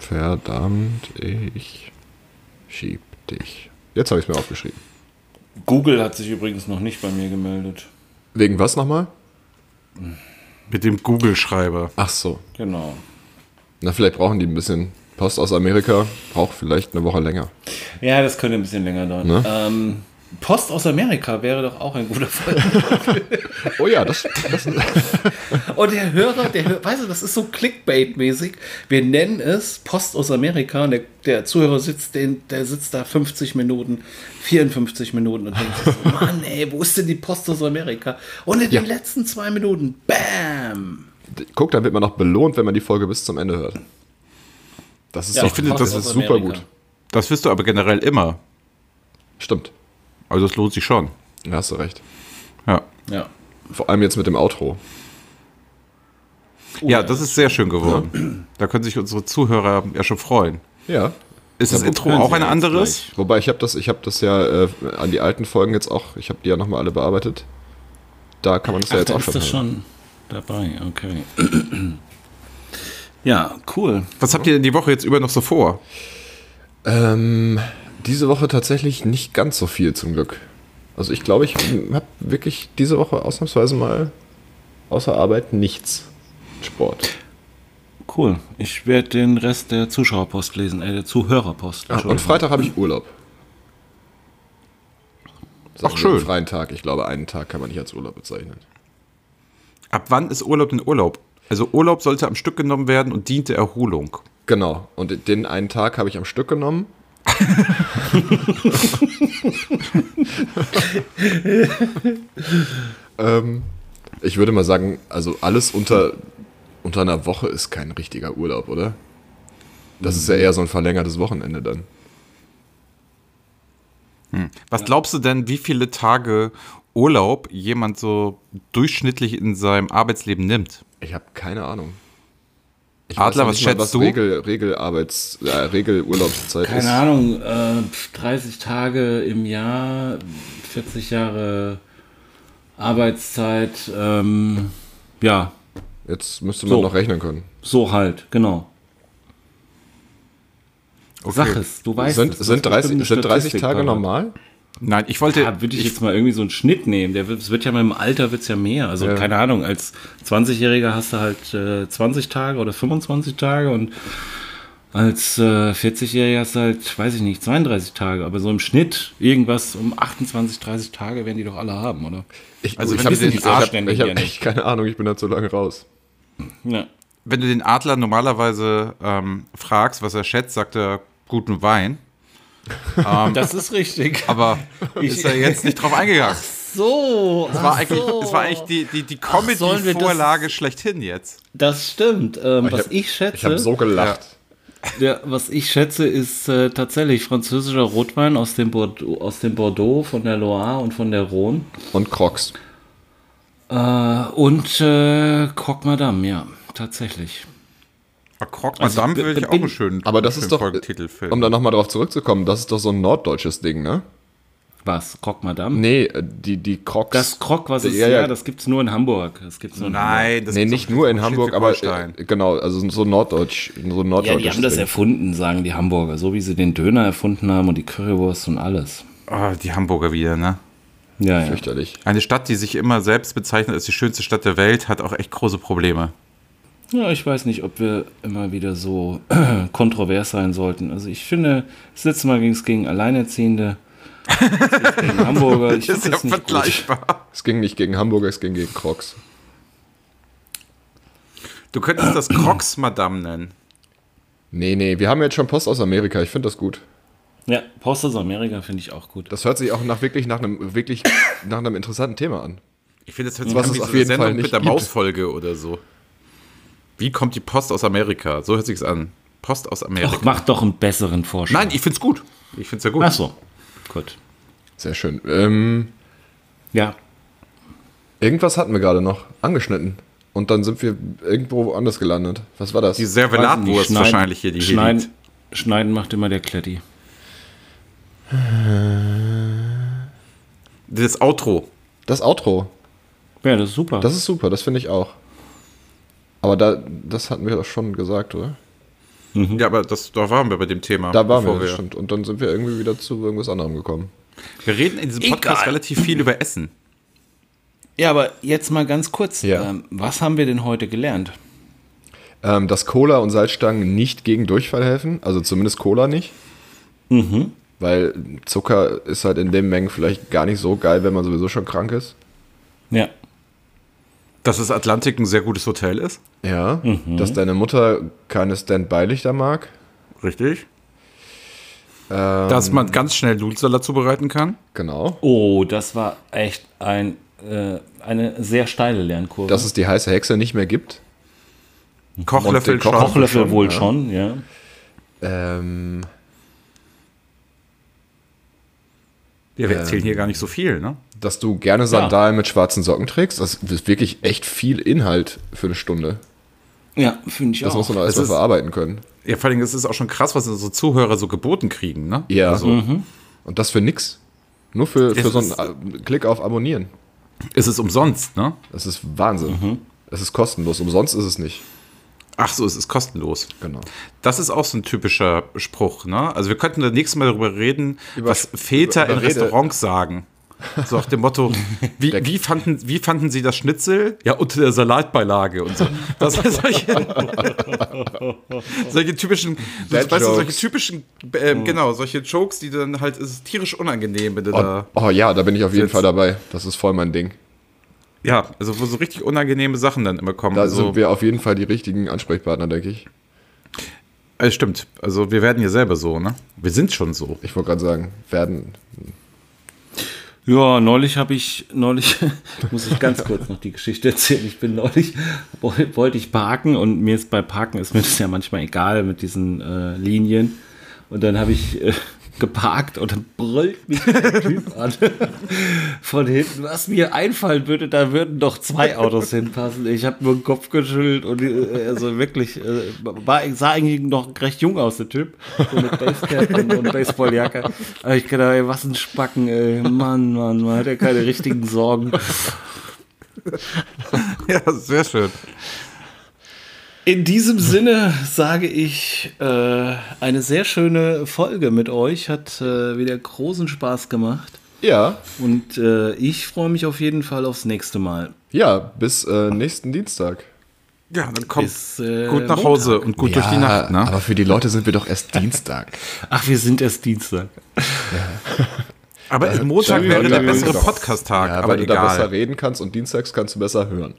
S1: Verdammt, ich schieb dich. Jetzt habe ich es mir aufgeschrieben.
S5: Google hat sich übrigens noch nicht bei mir gemeldet.
S1: Wegen was nochmal?
S2: Mit dem Google-Schreiber.
S1: Ach so.
S5: Genau.
S1: Na, vielleicht brauchen die ein bisschen Post aus Amerika. Braucht vielleicht eine Woche länger.
S5: Ja, das könnte ein bisschen länger dauern.
S1: Ne?
S5: Ähm, Post aus Amerika wäre doch auch ein guter Folge.
S1: Oh ja, das, das
S5: Und der Hörer, der hört, weißt du, das ist so Clickbait-mäßig. Wir nennen es Post aus Amerika und der, der Zuhörer sitzt, den, der sitzt da 50 Minuten, 54 Minuten und denkt sich so, Mann, ey, wo ist denn die Post aus Amerika? Und in
S1: Ja.
S5: den letzten zwei Minuten, bam!
S1: guck, dann wird man noch belohnt, wenn man die Folge bis zum Ende hört. Das ist
S5: Ja,
S1: doch-
S2: ich finde, das
S1: ist
S5: aus
S1: super
S5: Amerika.
S1: gut.
S2: Das wirst du aber generell immer.
S1: Stimmt.
S2: Also das lohnt sich schon.
S1: Da hast du recht.
S2: Ja.
S5: Ja.
S1: Vor allem jetzt mit dem Outro.
S2: Oh
S5: Oh.
S2: ja, das ist sehr schön geworden. Da können sich unsere Zuhörer ja schon freuen.
S1: Ja.
S2: Ist das
S5: gut,
S2: Intro
S5: hören
S2: auch
S5: Sie
S2: ein
S5: jetzt
S2: anderes?
S1: Wobei ich habe das, ich habe das ja äh, an die alten Folgen jetzt auch, ich habe die ja nochmal alle bearbeitet. Da kann man es ja jetzt auch schon. hören.
S5: dabei, okay. ja, cool.
S2: Was habt ihr denn die Woche jetzt über noch so vor?
S1: Ähm, diese Woche tatsächlich nicht ganz so viel zum Glück. Also ich glaube, ich habe wirklich diese Woche ausnahmsweise mal außer Arbeit nichts. Sport.
S5: Cool. Ich werde den Rest der Zuschauerpost lesen, äh, der Zuhörerpost.
S1: Ah, und Freitag habe ich Urlaub. Das ist
S2: Ach,
S1: also einen
S2: schön.
S1: Freien Tag. Ich glaube, einen Tag kann man nicht als Urlaub bezeichnen.
S2: Ab wann ist Urlaub denn Urlaub? Also Urlaub sollte am Stück genommen werden und dient der Erholung.
S1: Genau. Und den einen Tag habe ich am Stück genommen. ähm, ich würde mal sagen, also alles unter, unter einer Woche ist kein richtiger Urlaub, oder? Das ist ja
S2: Mhm.
S1: eher so ein verlängertes Wochenende dann.
S2: Was glaubst du denn, wie viele Tage Urlaub jemand so durchschnittlich in seinem Arbeitsleben nimmt?
S1: Ich habe keine Ahnung. Ich
S2: Adler,
S1: noch
S2: was
S1: nicht mal,
S2: schätzt du?
S1: Regel, Regelarbeits, äh, Regelurlaubszeit ist.
S5: Keine Ahnung, äh, 30 Tage im Jahr, 40 Jahre Arbeitszeit, ähm, ja,
S1: Jetzt müsste man
S5: So.
S1: noch rechnen können.
S5: so halt, genau.
S2: Okay.
S5: Sag es, du weißt
S1: Sind,
S5: es. das
S1: sind,
S5: ist bestimmt
S1: 30, sind
S5: eine
S1: 30
S5: Statistik
S1: Tage
S5: parat.
S1: normal?
S2: Nein, ich wollte.
S5: Ja, Ah, würde ich jetzt mal irgendwie so einen Schnitt nehmen. Der wird, es wird ja mit dem Alter wird's ja mehr. Also
S1: Ja.
S5: keine Ahnung, als 20-Jähriger hast du halt äh, 20 Tage oder 25 Tage und als äh, 40-Jähriger hast du halt, weiß ich nicht, 32 Tage. Aber so im Schnitt irgendwas um 28, 30 Tage werden die doch alle haben, oder?
S1: Ich,
S2: Also
S1: ich
S2: wenn
S1: habe
S2: wir den
S1: ich hab,
S5: Arschstände
S1: ich hab
S5: hier
S1: echt
S5: nicht.
S1: keine Ahnung, ich bin da zu lange raus.
S5: Ja.
S2: wenn du den Adler normalerweise ähm, fragst, was er schätzt, sagt er guten Wein.
S5: Das ist richtig.
S2: Aber ist er jetzt nicht drauf eingegangen.
S5: So,
S2: Es war eigentlich, es war eigentlich die, die, die
S5: sollen wir das-
S2: Comedy-Vorlage schlechthin jetzt.
S5: das stimmt. Ähm,
S1: Ich
S5: was
S1: hab-
S5: ich schätze.
S1: Ich habe so gelacht.
S5: Ja, was ich schätze, ist äh, tatsächlich französischer Rotwein aus dem, Bordeaux, aus dem Bordeaux, von der Loire und von der Rhone.
S1: Und Crocs.
S5: Äh, und äh, Croque Madame, ja, tatsächlich.
S2: Croque Madame
S5: Also,
S2: will ich
S5: bin-
S2: auch einen schönen
S1: Aber das ist doch,
S2: Folgetitelfilm.
S1: um da nochmal drauf zurückzukommen, das ist doch so ein norddeutsches Ding, ne?
S5: Was? Croque Madame?
S1: Nee, äh, die, die Crocs.
S5: Das Croque, was ist,
S1: Ja,
S5: ja,
S1: ja.
S5: das gibt's nur in Hamburg. Das gibt's nur in Hamburg.
S2: Nein, das
S1: nee,
S2: ist
S1: nicht
S2: doch-
S1: nur in Hamburg, aber
S2: Schleswig-Holstein.
S1: äh, genau, also so norddeutsch, so ein norddeutsches
S5: Ja, die haben das
S1: Ding.
S5: erfunden, sagen die Hamburger. So wie sie den Döner erfunden haben und die Currywurst und alles.
S2: Ah, die Hamburger wieder, ne?
S5: Ja, ja.
S1: Fürchterlich.
S2: Eine Stadt, die sich immer selbst bezeichnet als die schönste Stadt der Welt, hat auch echt große Probleme.
S5: ja, ich weiß nicht, ob wir immer wieder so kontrovers sein sollten. Also ich finde, das letzte Mal ging es gegen Alleinerziehende. Das ist gegen Hamburger. Ich
S2: Das
S5: finde
S2: ist ja
S5: das nicht gut.
S2: vergleichbar.
S1: Es ging nicht gegen Hamburger, es ging gegen Crocs.
S2: Du könntest das Crocs Madame nennen.
S1: Nee, nee, wir haben jetzt schon Post aus Amerika, ich finde das gut.
S5: Ja, Post aus Amerika finde ich auch gut.
S1: Das hört sich auch nach wirklich nach einem wirklich nach einem interessanten Thema an.
S2: Ich finde, das hört sich
S1: Was
S2: an
S1: es
S2: wie so
S1: auf
S2: eine
S1: jeden Fall
S2: Sendung mit
S1: nicht
S2: der
S1: gibt.
S2: Mausfolge oder so. Wie kommt die Post aus Amerika? So hört sich's an. Post aus Amerika.
S5: Doch, mach doch einen besseren Vorschlag.
S2: Nein, ich find's gut. Ich find's ja gut.
S5: Ach so. Gut.
S1: Sehr schön. Ähm,
S5: Ja.
S1: irgendwas hatten wir gerade noch angeschnitten und dann sind wir irgendwo anders gelandet. Was war das?
S2: Die Servelatwurst
S5: Schneiden-
S2: wahrscheinlich hier, die hier
S5: schneiden,
S2: liegt.
S5: schneiden macht immer der Kletti.
S2: Das Outro.
S1: das Outro.
S5: Ja, das ist super.
S1: Das ist super, das finde ich auch. Aber da das hatten wir doch schon gesagt, oder?
S2: Ja, aber das, da waren wir bei dem Thema.
S1: Da waren
S2: bevor
S1: wir, das stimmt. Und dann sind wir irgendwie wieder zu irgendwas anderem gekommen.
S2: Wir reden in diesem Podcast
S5: Egal.
S2: relativ viel über Essen.
S5: ja, aber jetzt mal ganz kurz.
S1: Ja.
S5: Ähm, was haben wir denn heute gelernt?
S1: Ähm, dass Cola und Salzstangen nicht gegen Durchfall helfen, also zumindest Cola nicht.
S2: Mhm.
S1: Weil Zucker ist halt in den Mengen vielleicht gar nicht so geil, wenn man sowieso schon krank ist.
S5: Ja.
S2: Dass das Atlantik ein sehr gutes Hotel ist.
S1: Ja,
S2: Mhm.
S1: dass deine Mutter keine Standby-Lichter mag.
S2: Richtig. Dass man ganz schnell Nudelsalat zubereiten kann.
S1: Genau.
S5: Oh, das war echt ein, äh, eine sehr steile Lernkurve.
S1: Dass es die heiße Hexe nicht mehr gibt.
S2: Kochlöffel,
S1: Und den
S2: Schorle.
S5: Kochlöffel
S1: schon,
S5: wohl
S1: ja.
S5: schon, ja.
S1: Ähm,
S2: Ja, wir erzählen hier gar nicht so viel, ne?
S1: dass du gerne Sandalen mit schwarzen Socken trägst. Das ist wirklich echt viel Inhalt für eine Stunde.
S5: Ja, finde ich
S1: Das muss
S5: auch.
S1: man alles
S2: das
S1: mal
S2: ist-
S1: verarbeiten können.
S2: Ja, vor allem, es ist auch schon krass, was unsere Zuhörer so geboten kriegen, ne?
S1: Ja. Mhm.
S2: Also,
S1: Und das für nix. Nur für, für
S2: Es
S1: so einen
S2: ist-
S1: A- Klick auf Abonnieren.
S2: Es ist umsonst, ne?
S1: Das ist Wahnsinn.
S2: Mhm.
S1: Es ist kostenlos. Umsonst ist es nicht.
S2: Ach so, es ist kostenlos.
S1: Genau.
S2: Das ist auch so ein typischer Spruch, ne? Also wir könnten das nächste Mal darüber reden, was Väter
S1: über- über
S2: in
S1: Rede.
S2: Restaurants sagen. So nach dem Motto, wie, wie, fanden, wie fanden Sie das Schnitzel? Ja, unter der Salatbeilage und so. Das sind solche, solche typischen, so,
S1: Dad
S2: weißt du, solche
S1: Jokes. Mhm.
S2: typischen, ähm, genau, solche Jokes, die dann halt, es ist tierisch unangenehm, wenn du
S1: Oh,
S2: da,
S1: oh ja, da bin ich auf jeden
S2: Jetzt-
S1: Fall dabei. Das ist voll mein Ding.
S2: ja, also wo so richtig unangenehme Sachen dann immer kommen.
S1: Da
S2: also,
S1: sind wir auf jeden Fall die richtigen Ansprechpartner, denke ich.
S2: äh, stimmt, also wir werden ja selber so, ne? Wir sind schon so.
S1: Ich wollte gerade sagen, werden.
S5: Ja, neulich habe ich, neulich muss ich ganz kurz noch die Geschichte erzählen. Ich bin neulich, woll- wollte ich parken und mir ist bei Parken ist mir das ja manchmal egal mit diesen äh, Linien. Und dann habe ich äh, geparkt und dann brüllt mich der Typ an von hinten. Was mir einfallen würde, da würden doch zwei Autos hinpassen. Ich habe nur den Kopf geschüttelt und äh, also wirklich äh, war, sah eigentlich noch recht jung aus, der Typ. So mit Basecap und, und Baseballjacke. Aber ich gedacht, ey, was ein Spacken, ey. Mann, Mann, man hat ja keine richtigen Sorgen.
S2: Ja, sehr schön.
S5: In diesem Sinne sage ich, äh, eine sehr schöne Folge mit euch hat äh, wieder großen Spaß gemacht.
S1: Ja,
S5: Und äh, ich freue mich auf jeden Fall aufs nächste Mal.
S1: ja, bis äh, nächsten Dienstag.
S2: Ja, dann kommt
S5: Bis, äh,
S2: gut nach
S5: Montag.
S2: Hause und gut durch die Nacht. Ne?
S1: Aber für die Leute sind wir doch erst Dienstag.
S5: Ach, wir sind erst Dienstag.
S2: Aber Montag
S1: Schön,
S2: wäre
S1: Montag
S2: der
S1: ist
S2: bessere
S1: doch-
S2: Podcast-Tag,
S1: Ja,
S2: aber
S1: weil du da besser
S2: egal.
S1: reden kannst und dienstags kannst du besser hören.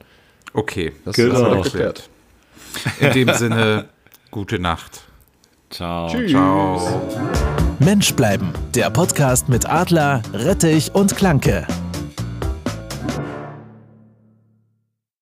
S2: Okay,
S1: Das
S5: Genau.
S1: haben wir doch geklärt.
S2: in dem Sinne, gute Nacht.
S5: Ciao.
S2: Ciao.
S3: Mensch bleiben, der Podcast mit Adler, Rettich und Klanke.